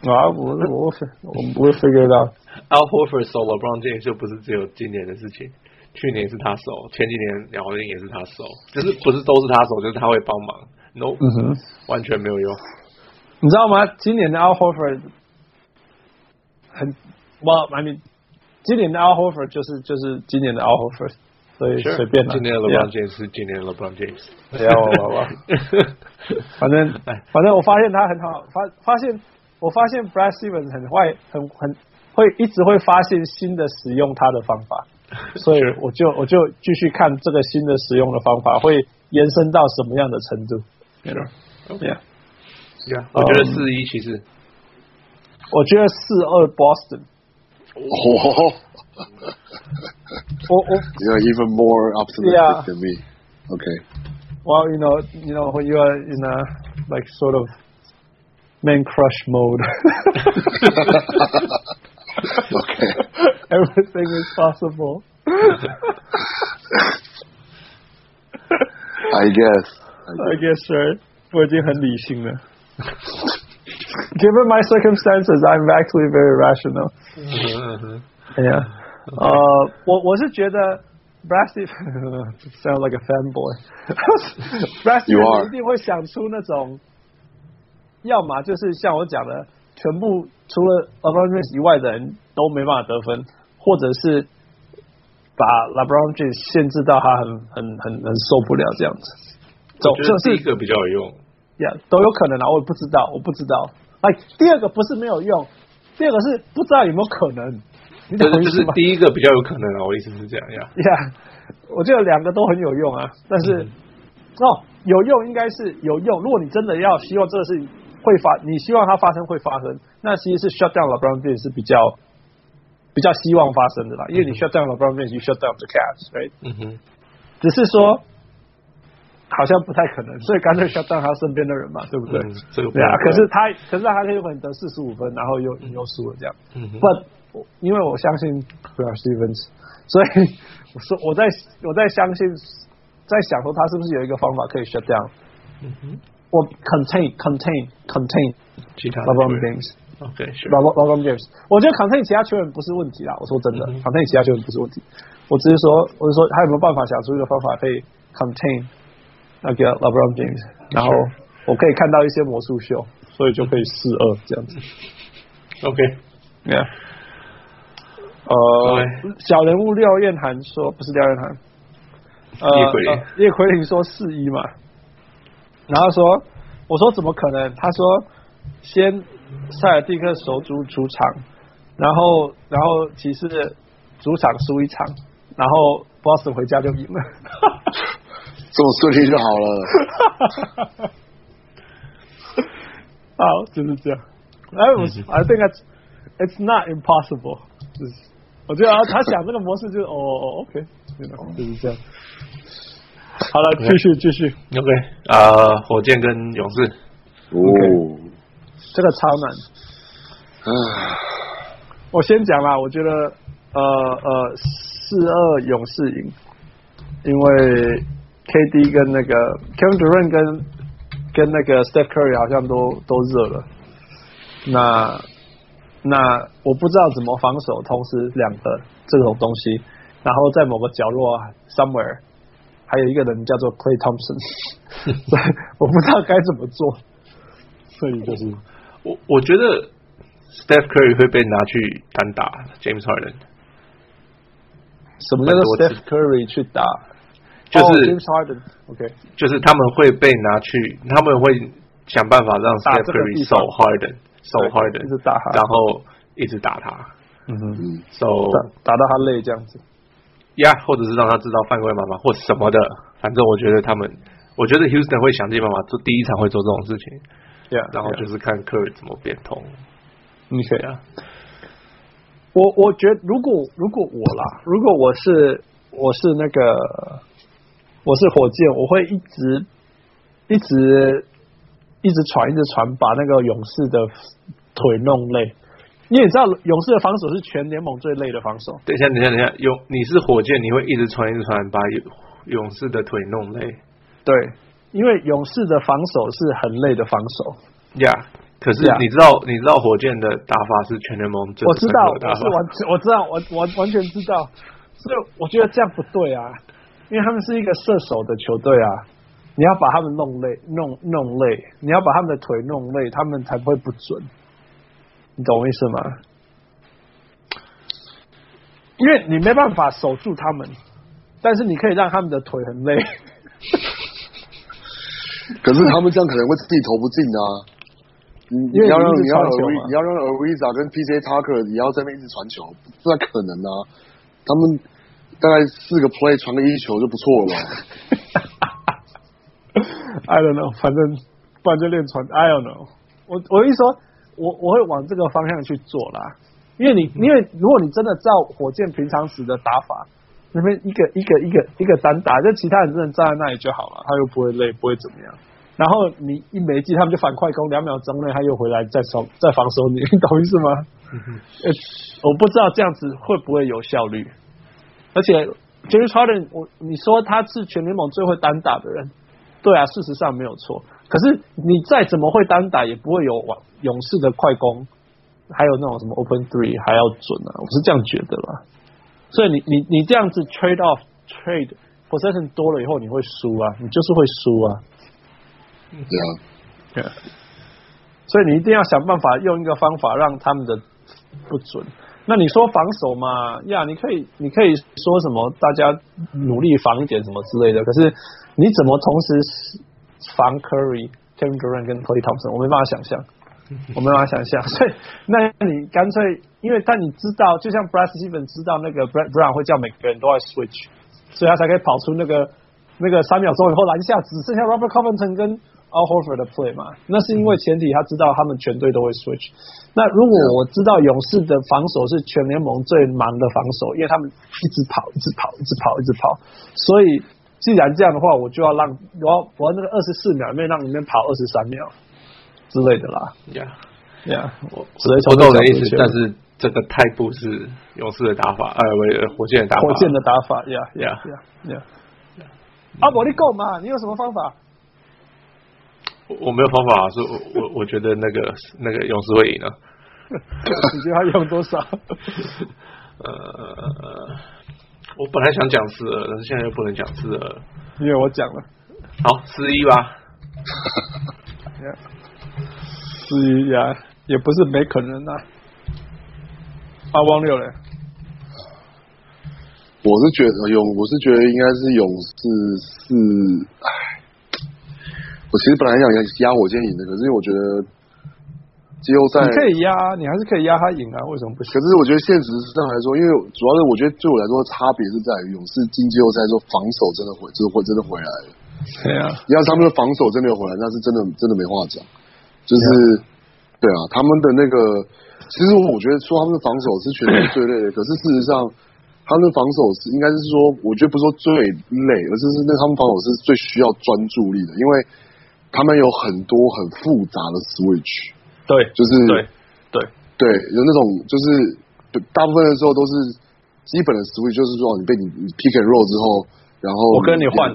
[SPEAKER 1] 啊，我我我我 figure it out。
[SPEAKER 3] Al Horford 守 LeBron James 就不是只有今年的事情，去年是他守，前几年辽宁也是他守，就是不是都是他守，就是他会帮忙。No，、
[SPEAKER 1] 嗯哼
[SPEAKER 3] 完全没有用。
[SPEAKER 1] Mm-hmm. 你知道吗？今年的 Al Horford 很，Well, I mean，今年的 Al Horford 就是就是今年的 Al Horford，所以
[SPEAKER 3] Sure，
[SPEAKER 1] 随便啦
[SPEAKER 3] 今年的
[SPEAKER 1] Yeah
[SPEAKER 3] LeBron James 是今年的 LeBron James。
[SPEAKER 1] 不要好吧。反正
[SPEAKER 3] 哎
[SPEAKER 1] 反正我发现他很好，发发现我发现 Brad Stevens 很坏，很很会一直会发现新的使用他的方法，所以我就我就继续看这个新的使用的方法会延伸到什么样的程度。对啊，
[SPEAKER 3] (laughs) Yeah，我觉
[SPEAKER 1] Um，
[SPEAKER 3] 得四一其实
[SPEAKER 1] 我觉得四二 Boston，
[SPEAKER 2] 哦，
[SPEAKER 1] 我我
[SPEAKER 2] you are even more
[SPEAKER 1] Yeah.
[SPEAKER 2] optimistic than me. Okay. (laughs)
[SPEAKER 1] Well, you know, you know, when you are in a like sort of man crush mode, (laughs)
[SPEAKER 2] Okay.
[SPEAKER 1] everything is possible.
[SPEAKER 2] I guess. I
[SPEAKER 1] I
[SPEAKER 2] guess.
[SPEAKER 1] guess, right? 我已经很理性了。Given my circumstances, I'm
[SPEAKER 3] 嗯
[SPEAKER 1] actually very rational.
[SPEAKER 3] 嗯哼嗯哼
[SPEAKER 1] Yeah. 呃，我我是觉得 Brasty (laughs) sound like a fanboy. Brasty
[SPEAKER 2] You are.
[SPEAKER 1] 一定会想出那种，要么就是像我讲的，全部除了 LeBron James 以外的人都没办法得分，或者是把 LeBron James 限制到他很很很很受不了这样子。总
[SPEAKER 3] 我觉
[SPEAKER 1] 就
[SPEAKER 3] 得
[SPEAKER 1] 是
[SPEAKER 3] 第一个比较有用。
[SPEAKER 1] 呀、yeah,，都有可能啊，我也不知道，我不知道。哎，第二个不是没有用，第二个是不知道有没有可能。你懂我
[SPEAKER 3] 但是
[SPEAKER 1] 意
[SPEAKER 3] 就
[SPEAKER 1] 思
[SPEAKER 3] 是
[SPEAKER 1] 吗？
[SPEAKER 3] 第一个比较有可能啊，我意思是这样呀。
[SPEAKER 1] 呀我觉得两个都很有用啊，但是、
[SPEAKER 3] 嗯
[SPEAKER 1] 哦，有用应该是有用。如果你真的要希望这个事情会发，你希望它发生会发生，那其实是 shut down LeBron James 是比较比较希望发生的啦，因为你 shut down LeBron James，you shut down the Cavs，right？
[SPEAKER 3] 嗯哼，
[SPEAKER 1] 只是说好像不太可能，所以干脆 shut down 他身边的人嘛，对不对？
[SPEAKER 3] 嗯这个不
[SPEAKER 1] 对啊，
[SPEAKER 3] 能
[SPEAKER 1] 可是他，可是他还是有可能得四十五分，然后又又输了这样。
[SPEAKER 3] 嗯哼
[SPEAKER 1] 不，我因为我相信 b r a s t e v e n s 所以我说我在我在相信，在想说他是不是有一个方法可以 shut down，
[SPEAKER 3] 嗯哼，
[SPEAKER 1] 我 contain contain contain
[SPEAKER 3] 其他的
[SPEAKER 1] LeBron
[SPEAKER 3] 球员
[SPEAKER 1] James。
[SPEAKER 3] OK 是
[SPEAKER 1] LeBron LeBron James，我觉得 contain 其他球员不是问题啦。我说真的、
[SPEAKER 3] 嗯
[SPEAKER 1] c o n
[SPEAKER 3] 哼
[SPEAKER 1] t a i n 其他球员不是问题。我只是说，我是说他有没有办法想出一个方法可以 contain 那个 LeBron James，然后我可以看到一些魔术秀，所以就可以四二这样子。
[SPEAKER 3] OK
[SPEAKER 1] Yeah.
[SPEAKER 3] 对
[SPEAKER 1] 呃，小人物廖彦涵说不是廖彦涵，呃
[SPEAKER 3] 叶奎林
[SPEAKER 1] 呃叶奎林说四一嘛，然后说我说怎么可能？他说先塞尔蒂克守主主场，然后然后骑士主场输一场，然后 Boston 回家就赢了。
[SPEAKER 2] 这么顺利就好
[SPEAKER 1] (laughs)
[SPEAKER 2] 了。
[SPEAKER 1] 好，就是这样。哎，我 I think it's it's not impossible 就是。我觉得啊他想这个模式就是哦哦哦，OK，you oh, know，就是这样。好了，继续继续，
[SPEAKER 3] OK 啊，火箭跟勇士，
[SPEAKER 2] 哦，
[SPEAKER 1] 这个超难。
[SPEAKER 2] 唉，
[SPEAKER 1] 我先讲啦，我觉得呃呃四二勇士赢，因为 KD 跟那个 Kevin Durant 跟跟那个 Steph Curry 好像都都热了，那那我不知道怎么防守，同时两个这种东西，然后在某个角落啊 somewhere 还有一个人叫做 Clay Thompson，所以 (laughs) 我不知道该怎么做，所以就是
[SPEAKER 3] 我我觉得 Steph Curry 会被拿去单打 James Harden，
[SPEAKER 1] 什么叫做
[SPEAKER 3] 蛮多次
[SPEAKER 1] Steph Curry 去打，
[SPEAKER 3] 就
[SPEAKER 1] 哦
[SPEAKER 3] 是
[SPEAKER 1] James Harden，OK、
[SPEAKER 3] 就是他们会被拿去，他们会想办法让
[SPEAKER 1] 打
[SPEAKER 3] Steph
[SPEAKER 1] 这个
[SPEAKER 3] Curry
[SPEAKER 1] 地
[SPEAKER 3] 守
[SPEAKER 1] 方
[SPEAKER 3] Harden，守
[SPEAKER 1] 对
[SPEAKER 3] Harden，
[SPEAKER 1] 一直打他
[SPEAKER 3] 然后一直打他
[SPEAKER 1] 嗯哼，
[SPEAKER 2] 嗯，
[SPEAKER 3] ，so
[SPEAKER 1] 打打到他累这样子。
[SPEAKER 3] 呀或者是让他知道犯规妈妈或什么的，反正我觉得他们，我觉得 Houston 会想尽办法做第一场会做这种事情，
[SPEAKER 1] Yeah，
[SPEAKER 3] 然后就是看 Curry 怎么变通。
[SPEAKER 1] 你可以
[SPEAKER 3] 对啊，
[SPEAKER 1] 我我觉得如果如果我啦，如果我是我是那个我是火箭，我会一直一直一直传一直传，把那个勇士的腿弄累。因为你知道勇士的防守是全联盟最累的防守，
[SPEAKER 3] 等一下，等一下，等一下，勇，你是火箭，你会一直传一直传，把勇勇士的腿弄累。
[SPEAKER 1] 对，因为勇士的防守是很累的防守。
[SPEAKER 3] 呀、可是
[SPEAKER 1] Yeah
[SPEAKER 3] 你知道你知道火箭的打法是全联盟最
[SPEAKER 1] 我知道，
[SPEAKER 3] 最
[SPEAKER 1] 我
[SPEAKER 3] 好的打
[SPEAKER 1] 是
[SPEAKER 3] 法
[SPEAKER 1] 完，我知道，我完完全知道，所以我觉得这样不对啊，因为他们是一个射手的球队啊，你要把他们弄累，弄弄累，你要把他们的腿弄累，他们才不会不准，你懂我意思吗？因为你没办法守住他们，但是你可以让他们的腿很累。
[SPEAKER 2] 可是他们这样可能会自己投不进啊。你
[SPEAKER 1] 因为
[SPEAKER 2] 你要让
[SPEAKER 1] 你一直
[SPEAKER 2] 你要
[SPEAKER 1] 传球
[SPEAKER 2] Ari-
[SPEAKER 1] 嘛
[SPEAKER 2] 你要让 Ariza 跟 PJ Tucker 也要在那边一直传球，不太可能啊。他们大概四个 play 传个一球就不错
[SPEAKER 1] (laughs)
[SPEAKER 2] 了吧。
[SPEAKER 1] I don't know，反正不然就练传。I don't know 我。我一说，我我会往这个方向去做啦，因为你因为如果你真的照火箭平常时的打法，那边一个一个一个一个单打，就其他人真的站在那里就好了，他又不会累，不会怎么样。然后你一没进，他们就反快攻，两秒钟内他又回来再守 (laughs) 再防守你，你懂意思吗？呃，我不知道这样子会不会有效率，而且 James Harden，我你说他是全联盟最会单打的人，对啊，事实上没有错。可是你再怎么会单打，也不会有往勇士的快攻，还有那种什么 open three 还要准啊，我是这样觉得啦。所以你你你这样子 trade off trade possession 多了以后，你会输啊，你就是会输啊。
[SPEAKER 2] 对啊，
[SPEAKER 1] 所以你一定要想办法用一个方法让他们的不准。那你说防守嘛，呀，你可以你可以说什么，大家努力防一点什么之类的。可是你怎么同时防 Curry、Kevin Durant 跟 Klay Thompson？我没办法想象，我没办法想象。所以那你干脆，因为但你知道，就像 Brad Stevens 知道那个 Brad Brown 会叫每个人都要 switch，所以他才可以跑出那个那个三秒钟以后篮下只剩下 Robert Covington 跟 Al Horford 的 play 嘛。那是因为前提他知道他们全队都会 switch。那如果我知道勇士的防守是全联盟最忙的防守，因为他们一直跑，一直跑，一直跑，一直跑，所以既然这样的话，我就要让我要我要那个二十四秒里面让你们跑二十三秒之类的啦。
[SPEAKER 3] Yeah，
[SPEAKER 1] Yeah，
[SPEAKER 3] 我
[SPEAKER 1] 只能从
[SPEAKER 3] 我懂
[SPEAKER 1] 这
[SPEAKER 3] 你
[SPEAKER 1] 个
[SPEAKER 3] 的
[SPEAKER 1] 角
[SPEAKER 3] 意
[SPEAKER 1] 度
[SPEAKER 3] 思
[SPEAKER 1] 去，
[SPEAKER 3] 但是这个态度是勇士的打法，呃，为火箭的打法。
[SPEAKER 1] 火箭的打法，Yeah
[SPEAKER 3] Yeah
[SPEAKER 1] Yeah Yeah。啊，我的够嘛？你有什么方法？
[SPEAKER 3] 我，我没有方法，是我我我觉得那个那个勇士会赢啊。
[SPEAKER 1] (laughs) 你觉得他用多少？
[SPEAKER 3] 呃，我本来想讲四二，但是现在又不能讲四二。
[SPEAKER 1] 因为我讲了，
[SPEAKER 3] 好，四一吧。
[SPEAKER 1] 至于呀，也不是没可能呐、啊。啊，汪六嘞，
[SPEAKER 2] 我是觉得勇，我是觉得应该是勇士是，唉，我其实本来想压火箭赢的，可是我觉得季后赛
[SPEAKER 1] 你可以压啊，你还是可以压他赢啊，为什么不行
[SPEAKER 2] 可？是我觉得现实上来说，因为主要是我觉得对我来说差别是在于勇士进季后赛之后防守真的回，真的回真的回来了。
[SPEAKER 1] 对啊，
[SPEAKER 2] 要是他们的防守真的有回来，那是真的真的没话讲。就是对啊，他们的那个，其实我觉得说他们的防守是全球最累的，可是事实上他们的防守是应该是说，我觉得不是说最累，而是是那他们防守是最需要专注力的，因为他们有很多很复杂的 switch。
[SPEAKER 1] 对，
[SPEAKER 2] 就是
[SPEAKER 1] 对对
[SPEAKER 2] 对，有那种就是大部分的时候都是基本的 switch，就是说你被你你 pick and roll 之后，然后
[SPEAKER 1] 我跟你换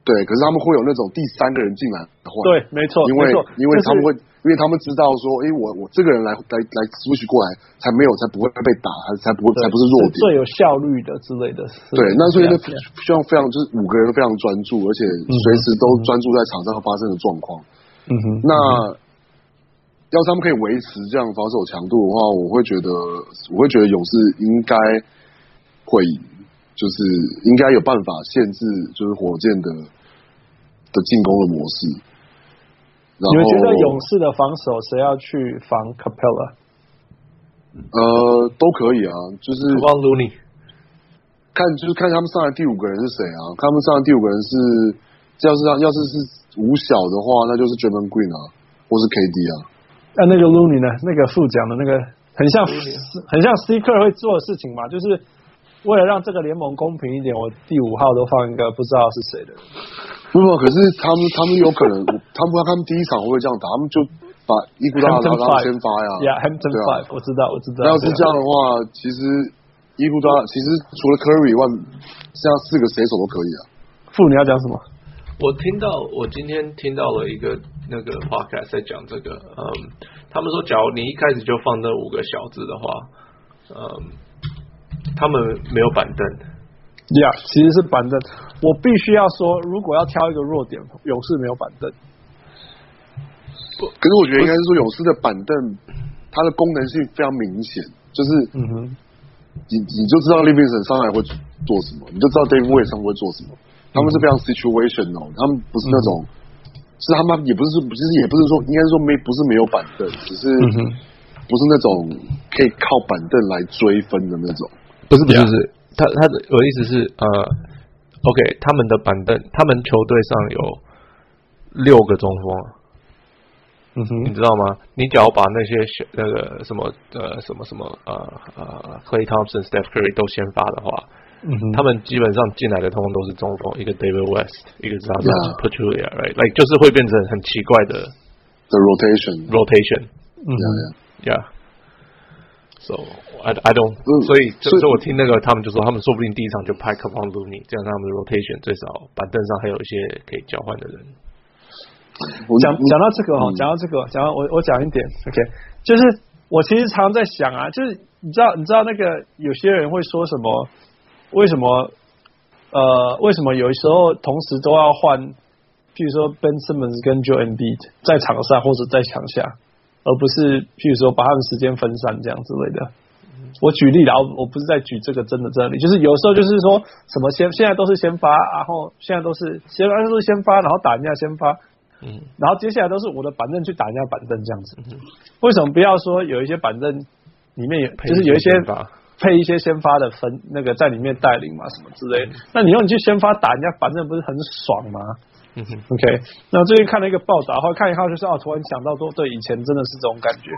[SPEAKER 2] 对，可是他们会有那种第三个人进来换，
[SPEAKER 1] 对，没错，
[SPEAKER 2] 因为
[SPEAKER 1] 没错
[SPEAKER 2] 因为他们会
[SPEAKER 1] 就是、。
[SPEAKER 2] 因为他们知道说，哎，我我这个人来来来 switch 过来，才没有才不会被打，才才不会
[SPEAKER 1] 对
[SPEAKER 2] 才不是弱点
[SPEAKER 1] 是。最有效率的之类的事。
[SPEAKER 2] 对，那所以呢，
[SPEAKER 1] 对啊
[SPEAKER 2] 需要非常就是五个人都非常专注，而且随时都专注在场上发生的状况。
[SPEAKER 1] 嗯哼，
[SPEAKER 2] 那要是他们可以维持这样防守强度的话，我会觉得，我会觉得勇士应该会赢，就是应该有办法限制，就是火箭的的进攻的模式。然
[SPEAKER 1] 你
[SPEAKER 2] 后
[SPEAKER 1] 们觉得勇士的防守谁要去防 Capella？
[SPEAKER 2] 呃都可以啊，就是
[SPEAKER 3] 我帮卢尼。
[SPEAKER 2] 看就是看他们上来第五个人是谁啊？看他们上来第五个人是，要是要是是五小的话，那就是 j a m a n Green 啊，或是 KD 啊。
[SPEAKER 1] 那、那个 l u n y 呢？那个副讲的那个很像很像 C 克会做的事情嘛，就是为了让这个联盟公平一点，我第五号都放一个不知道是谁的人。
[SPEAKER 2] 不不，可是他们他们有可能， (laughs) 他们他们第一场会不会这样打？他们就把伊古达拉
[SPEAKER 1] Hampton
[SPEAKER 2] 拉
[SPEAKER 1] Five
[SPEAKER 2] 先发呀。
[SPEAKER 1] Yeah，Hampton
[SPEAKER 2] 对啊
[SPEAKER 1] Five，、我知道，我知道。
[SPEAKER 2] 那要是
[SPEAKER 1] 对啊
[SPEAKER 2] 这样的话，其实伊古达其实除了 Curry 以外，剩下四个谁手都可以啊。
[SPEAKER 1] 傅你要讲什么？
[SPEAKER 3] 我听到，我今天听到了一个那个 podcast 在讲这个，嗯，他们说，假如你一开始就放那五个小字的话，嗯，他们没有板凳，
[SPEAKER 1] 呀其实是板凳。我必须要说，如果要挑一个弱点，勇士没有板凳。
[SPEAKER 2] 可是我觉得应该是说勇士的板凳，它的功能性非常明显，就是
[SPEAKER 1] 嗯哼，
[SPEAKER 2] 你你就知道 Livingston 上来会做什么，你就知道 Dave Wade 上会做什么。他们是非
[SPEAKER 1] 嗯
[SPEAKER 2] 常 situational，他们不是那种，是他们也不是说，其实也不是说，应该是说没不是没有板凳，只是
[SPEAKER 1] 嗯
[SPEAKER 2] 不是那种可以靠板凳来追分的那种。
[SPEAKER 3] 不是不是不是，他他的我的意思是呃，OK，他们的板凳，他们球队上有六个中锋，啊
[SPEAKER 1] 嗯哼
[SPEAKER 3] 你知道吗？你只要把那些小那个什么呃什么什么呃呃 Clay Thompson、Steph Curry 都先发的话，
[SPEAKER 1] 嗯哼
[SPEAKER 3] 他们基本上进来的通通都是中锋，一个 David West，一个是 z a z a
[SPEAKER 2] Yeah.
[SPEAKER 3] p a c h u l i a r i g h t l i k e 就是会变成很奇怪的
[SPEAKER 2] The rotation，
[SPEAKER 3] rotation，yeah。
[SPEAKER 1] 嗯哼
[SPEAKER 3] So I I don't，、
[SPEAKER 2] 嗯
[SPEAKER 3] 所以这
[SPEAKER 2] 所以
[SPEAKER 3] 是我听那个他们就说，他们说不定第一场就拍 k a v a n l u n y 这样他们的 rotation 最少板凳上还有一些可以交换的人。
[SPEAKER 2] 我
[SPEAKER 1] 讲
[SPEAKER 2] 我
[SPEAKER 1] 讲到这个哦
[SPEAKER 2] 嗯，
[SPEAKER 1] 讲到这个，讲到我我讲一点，OK，就是我其实常在想啊，就是你知道你知道那个有些人会说什么，为什么呃，为什么有时候同时都要换，譬如说 Ben Simmons 跟 Joel Embiid 在场上或者在场下，而不是譬如说把他们时间分散这样之类的。我举例啦，我我不是在举这个真的这里，就是有时候就是说什么先现在都是先发，然后现在都是先发都是先发，然后打人家先发，
[SPEAKER 3] 嗯，
[SPEAKER 1] 然后接下来都是我的板凳去打人家板凳这样子。为什么不要说有一些板凳里面有就是有一些
[SPEAKER 3] 吧，
[SPEAKER 1] 配一些先发的分那个在里面带领嘛什么之类的？那你用你去先发打人家板凳不是很爽吗？
[SPEAKER 3] 嗯哼，
[SPEAKER 1] OK，那最近看了一个报道，然后看一看就是哦，突然想到说，对，以前真的是这种感觉，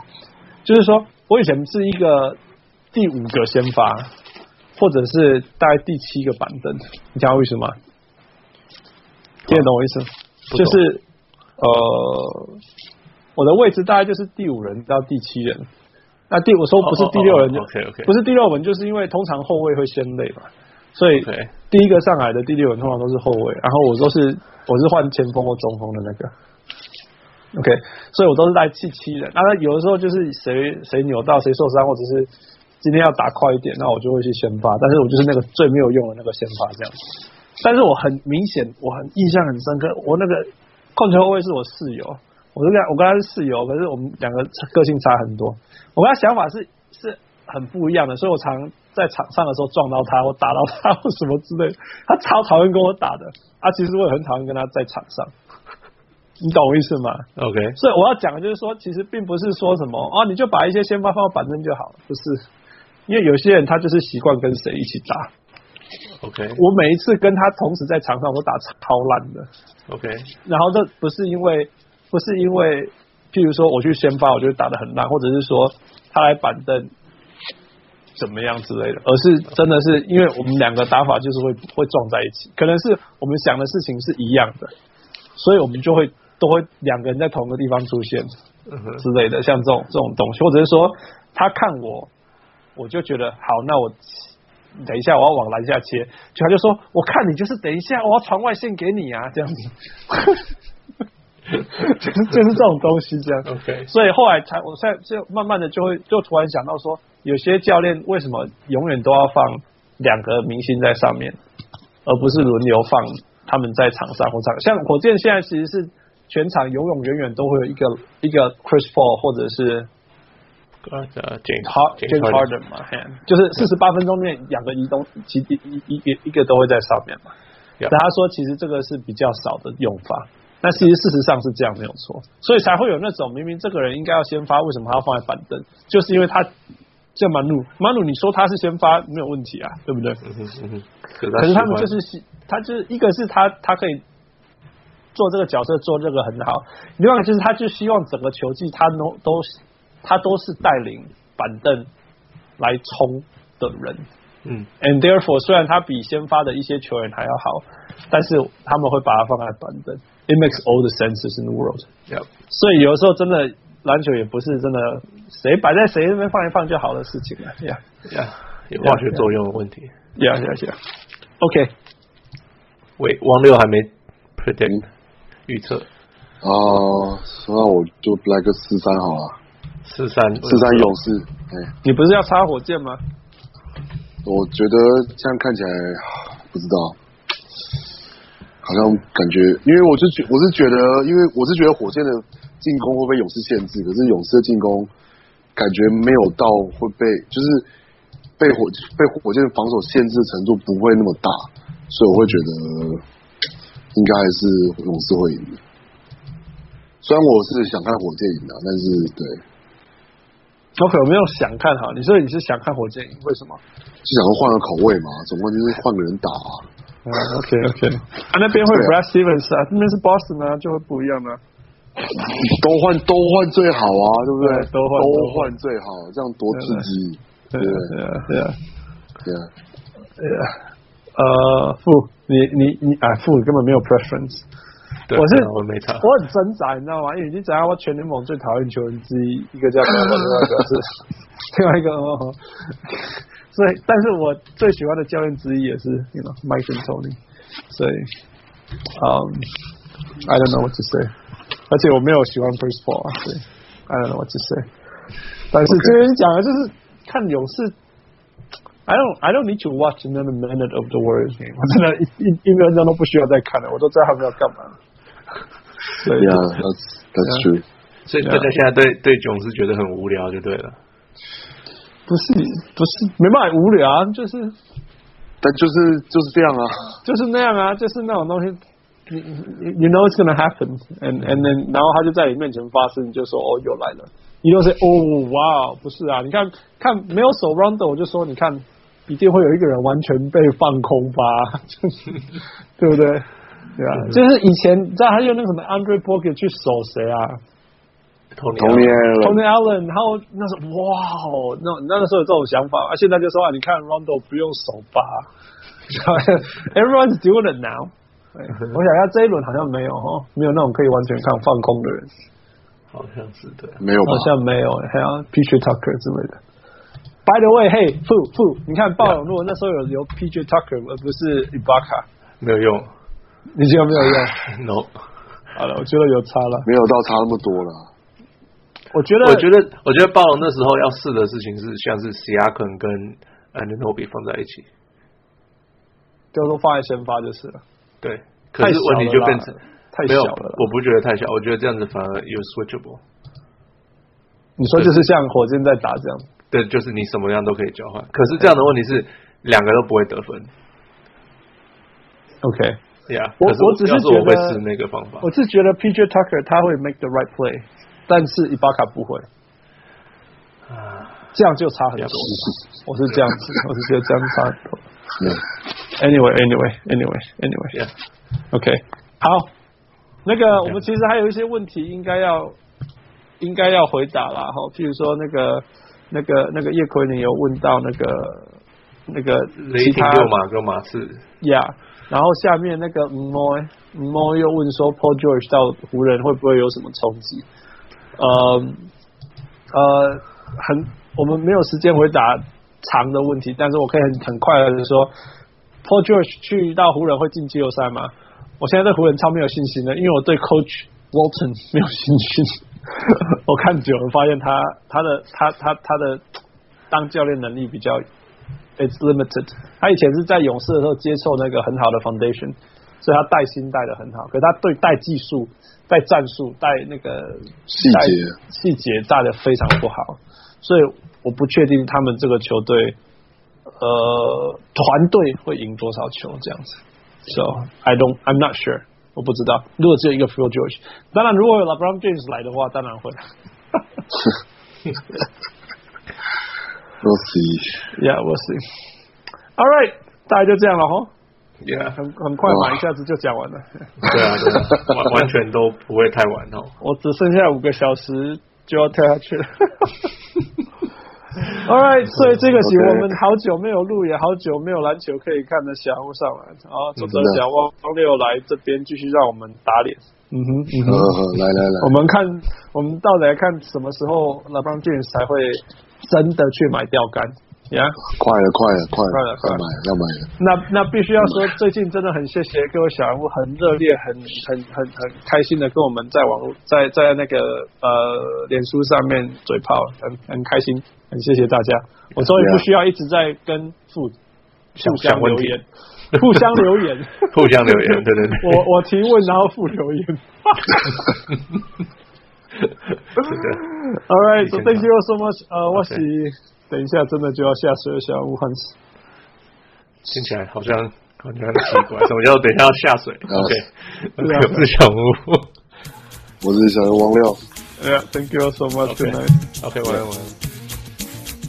[SPEAKER 1] 就是说我以前是一个第五个先发，或者是大概第七个板凳，你知道为什么吗？听得懂我意思吗？
[SPEAKER 3] 不
[SPEAKER 1] 就
[SPEAKER 3] 懂
[SPEAKER 1] 是呃，我的位置大概就是第五人到第七人，那第我说不是第六人就
[SPEAKER 3] 哦哦哦，OK，OK
[SPEAKER 1] 不是第六人，就是因为通常后卫会先累嘛，所以
[SPEAKER 3] OK
[SPEAKER 1] 第一个上来的第六人通常都是后卫，然后我都是我是换前锋或中锋的那个。OK，所以我都是带七七人。那有的时候就是谁谁扭到谁受伤，或者是今天要打快一点，那我就会去先发。但是我就是那个最没有用的那个先发这样子。但是我很明显，我很印象很深刻，我那个控球后卫是我室友，我是跟他我跟他是室友，可是我们两个个性差很多。我跟他想法是是很不一样的，所以我常在场上的时候撞到他，我打到他或什么之类的，他超讨厌跟我打的。啊，其实我也很讨厌跟他在场上，你懂我意思吗？
[SPEAKER 3] ，OK，
[SPEAKER 1] 所以我要讲的就是说，其实并不是说什么啊，你就把一些先发放到板凳就好了，不是？因为有些人他就是习惯跟谁一起打。
[SPEAKER 3] OK，
[SPEAKER 1] 我每一次跟他同时在场上，我都打超烂的。
[SPEAKER 3] OK，
[SPEAKER 1] 然后这不是因为不是因为，譬如说我去先发，我就打得很烂，或者是说他来板凳怎么样之类的，而是真的是因为我们两个打法就是会会撞在一起，可能是我们想的事情是一样的，所以我们就会都会两个人在同一个地方出现。
[SPEAKER 3] 嗯哼，
[SPEAKER 1] 之类的，像这种这种东西，或者是说他看我，我就觉得好，那我等一下我要往篮下切，就他就说我看你就是等一下我要传外线给你啊，这样子， (laughs) 就是就是这种东西这样。
[SPEAKER 3] OK
[SPEAKER 1] 所以后来才我现在就慢慢的就会就突然想到说，有些教练为什么永远都要放两个明星在上面，而不是轮流放他们在场上或场。像火箭现在其实是全场永永远远都会有一个一个 Chris Paul 或者是
[SPEAKER 3] 呃，James
[SPEAKER 1] Har- James
[SPEAKER 3] Harden
[SPEAKER 1] Harden 嘛，嘿就是四十八分钟内两个移动，其一一一一个都会在上面嘛。
[SPEAKER 3] Yeah
[SPEAKER 1] 但他说其实这个是比较少的用法，那其实事实上是这样没有错，所以才会有那种明明这个人应该要先发，为什么他要放在板凳？就是因为他像马努，马努你说他是先发没有问题啊，对不对？
[SPEAKER 3] 嗯哼嗯哼，
[SPEAKER 1] 可
[SPEAKER 3] 可
[SPEAKER 1] 是他们就是喜，他就是一个是他他可以做这个角色做这个很好，另外一个就是他就希望整个球季他都都他都是带领板凳来冲的人
[SPEAKER 3] 嗯
[SPEAKER 1] ，and therefore 虽然他比先发的一些球员还要好，但是他们会把他放在板凳，it makes all the senses in the world。
[SPEAKER 3] ，Yep，
[SPEAKER 1] 所以有的时候真的篮球也不是真的谁摆在谁那边放一放就好的事情了，yeah。
[SPEAKER 3] Yeah，有化学作用的问题。
[SPEAKER 1] Yeah, yeah, yeah. OK，
[SPEAKER 3] 喂，汪六还没 predict
[SPEAKER 2] 嗯
[SPEAKER 3] 预测
[SPEAKER 2] 啊，那我就来个四三好了，
[SPEAKER 3] 四三
[SPEAKER 2] 四三勇士，哎、
[SPEAKER 1] 你不是要插火箭吗？
[SPEAKER 2] 我觉得这样看起来不知道，好像感觉，因为我就觉我是觉得，因为我是觉得火箭的进攻会被勇士限制，可是勇士的进攻感觉没有到会被就是被火被火箭防守限制的程度不会那么大，所以我会觉得应该还是勇士会赢的。虽然我是想看火箭赢的，但是对
[SPEAKER 1] 我可没有想看好，你说你是想看火箭赢，为什么？
[SPEAKER 2] 就想说换个口味嘛，总共就是换个人打、啊。
[SPEAKER 1] 嗯，OK OK，啊那边会
[SPEAKER 2] 对啊
[SPEAKER 1] Brad Stevens 啊，那边是 Boston 啊，就会不一样啊。
[SPEAKER 2] 都换都换最好啊，对不对？
[SPEAKER 1] 对都换
[SPEAKER 2] 都换最好，这样多刺激。
[SPEAKER 1] 对啊对啊对啊
[SPEAKER 2] 对啊，
[SPEAKER 1] 对啊，呃，富，你你你啊，富根本没有 preference。
[SPEAKER 3] 对
[SPEAKER 1] 我是
[SPEAKER 3] 我没差，
[SPEAKER 1] 我很挣扎，你知道吗？因为已经讲到我全联盟最讨厌球员之一，一个叫另外一个是另外一个哦。所以，但是我最喜欢的教练之一也是，you know Mike and Tony。所以，嗯、i don't know what to say。而且我没有喜欢 Chris Paul 啊，对，I don't know what to say。但是这边讲的就是看勇士 I don't I don't need to watch another minute of the Warriors game。我真的一一一分钟都不需要再看了，我都知道他们要干嘛。所以
[SPEAKER 2] Yeah, that's that's true.
[SPEAKER 3] 所以大家现在对对囧是觉得很无聊就对了。
[SPEAKER 1] 不是不是没办法无聊啊，就是
[SPEAKER 2] 但就是就是这样啊，
[SPEAKER 1] 就是那样啊，就是那种东西。You, you know it's gonna happen, and and then 然后他就在你面前发生，你就说哦又来了，你就说哦哇哦不是啊，你看看没有手 round，我就说你看一定会有一个人完全被放空吧， (laughs) 就是对不对？对啊，就是以前你知道他用那个什么 Andre p o r k e r 去守谁啊？
[SPEAKER 3] 同啊
[SPEAKER 2] 同年啊
[SPEAKER 1] Tony Allen，然后那时候哇哦，那那个时候有这种想法，啊，现在就说啊，你看 Rondo 不用手吧，Everyone's doing it now 对。 (laughs) 我想一下，这一轮好像没有哦，没有那种可以完全看放空的人，
[SPEAKER 3] 好像是对啊，
[SPEAKER 2] 没有吧
[SPEAKER 1] 好？像没有，还有 PJ Tucker 之类的。By the way，嘿，傅傅，你看暴龙如果那时候有留 PJ Tucker 而不是 Ibaka，
[SPEAKER 3] 没有用 (laughs)
[SPEAKER 1] 你觉得没有用？
[SPEAKER 3] ，no。
[SPEAKER 1] 好了，我觉得有差了。
[SPEAKER 2] 没有到差那么多了。
[SPEAKER 1] 我觉得，
[SPEAKER 3] 我觉得，我觉得暴龙那时候要试的事情是，像是 s i a k a n 跟 Anunobi 放在一起，
[SPEAKER 1] 就都放在先发就是了，
[SPEAKER 3] 对。可
[SPEAKER 1] 太
[SPEAKER 3] 是
[SPEAKER 1] 小
[SPEAKER 3] 问
[SPEAKER 1] 了
[SPEAKER 3] 题
[SPEAKER 1] 啦
[SPEAKER 3] 就变成
[SPEAKER 1] 太
[SPEAKER 3] 没有，
[SPEAKER 1] 小了啦。
[SPEAKER 3] 我不觉得太小，我觉得这样子反而有 switchable。
[SPEAKER 1] 你说就是像火箭在打这样。
[SPEAKER 3] 对，就是你什么样都可以交换。可是这样的问题是，两个都不会得分。
[SPEAKER 1] OK，
[SPEAKER 3] Yeah，
[SPEAKER 1] 我
[SPEAKER 3] 可是
[SPEAKER 1] 我只是
[SPEAKER 3] 要是我
[SPEAKER 1] 觉
[SPEAKER 3] 会
[SPEAKER 1] 得
[SPEAKER 3] 试那个方法。
[SPEAKER 1] 我是觉得 PJ Tucker 他会 make the right play，但是伊巴卡不会，这样就差很多。我是这样子，我是觉得这样差很多。
[SPEAKER 2] Yeah.
[SPEAKER 1] Anyway，Anyway，Anyway，Anyway，OK，、
[SPEAKER 3] Yeah，
[SPEAKER 1] 好，那个我们其实还有一些问题应该要应该要回答啦，哈，譬如说那个那个那个叶奎你有问到那个那个
[SPEAKER 3] 雷
[SPEAKER 1] 其
[SPEAKER 3] 霆
[SPEAKER 1] 他
[SPEAKER 3] 六马跟马
[SPEAKER 1] (laughs)
[SPEAKER 3] 刺，
[SPEAKER 1] Yeah，然后下面那个吴猫吴猫又问说，Paul George 到湖人会不会有什么冲击？呃呃，很，我们没有时间回答长的问题，但是我可以很很快的说，Paul George 去到湖人会进季后赛吗？我现在对湖人超没有信心的，因为我对 Coach Walton 没有信心。 (laughs) 我看久了发现他他的他他他的当教练能力比较 it's limited。他以前是在勇士的时候接受那个很好的 foundation，所以他带薪带的很好，可是他对带技术、带战术、带那个
[SPEAKER 2] 细节
[SPEAKER 1] 带细节带的非常不好，所以我不确定他们这个球队呃团队会赢多少球这样子。So I don't, I'm not sure，我不知道。如果只有一个 Phil George，当然如果有 LeBron James 来的话，当然会。
[SPEAKER 2] We'll see.
[SPEAKER 1] Yeah, we'll see. All right，大概就这样了吼，(laughs)
[SPEAKER 3] Yeah，
[SPEAKER 1] 很很快嘛，一下子就讲完了。
[SPEAKER 3] 对啊，对啊，完完全都不会太晚哦。
[SPEAKER 1] 我只剩下五个小时就要跳下去了。All right，所以这个集
[SPEAKER 2] OK
[SPEAKER 1] 我们好久没有录，也好久没有篮球可以看的小屋上来，然后总
[SPEAKER 2] 嗯真的
[SPEAKER 1] 的小汪汪六来这边继续让我们打脸。嗯哼，嗯
[SPEAKER 2] 呃，来来来
[SPEAKER 1] 我，们看，我们到底看什么时候 LeBron James 才会真的去买钓竿？Yeah，
[SPEAKER 2] 快了快了快了
[SPEAKER 1] 快了，快
[SPEAKER 2] 要
[SPEAKER 1] 了
[SPEAKER 2] 买了要买了。
[SPEAKER 1] 那那必须要说，最近真的很谢谢各位小人物，很热烈，很很很很开心的跟我们在网络在在那个呃脸书上面嘴炮，很很开心，很谢谢大家。我终于不需要一直在跟互互相留言，互相留言。
[SPEAKER 3] 互相留言，对对对，
[SPEAKER 1] 我我提问，然后附留言。
[SPEAKER 3] 这
[SPEAKER 1] All right, so
[SPEAKER 3] 以前
[SPEAKER 1] thank
[SPEAKER 3] 看
[SPEAKER 1] you all so much. 呃，我
[SPEAKER 3] OK
[SPEAKER 1] 是等一下真的就要下水了，小武汉斯。
[SPEAKER 3] 听起来好像好像很奇怪。什么叫等一下要下水
[SPEAKER 1] 对啊
[SPEAKER 3] ？OK，OK，我是小屋。
[SPEAKER 2] 我是小人王六。
[SPEAKER 1] Yeah, thank you all so much. Good
[SPEAKER 3] OK
[SPEAKER 1] night.
[SPEAKER 3] OK，晚安晚安。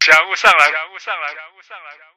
[SPEAKER 5] 小屋上来，小屋上来，小屋上来。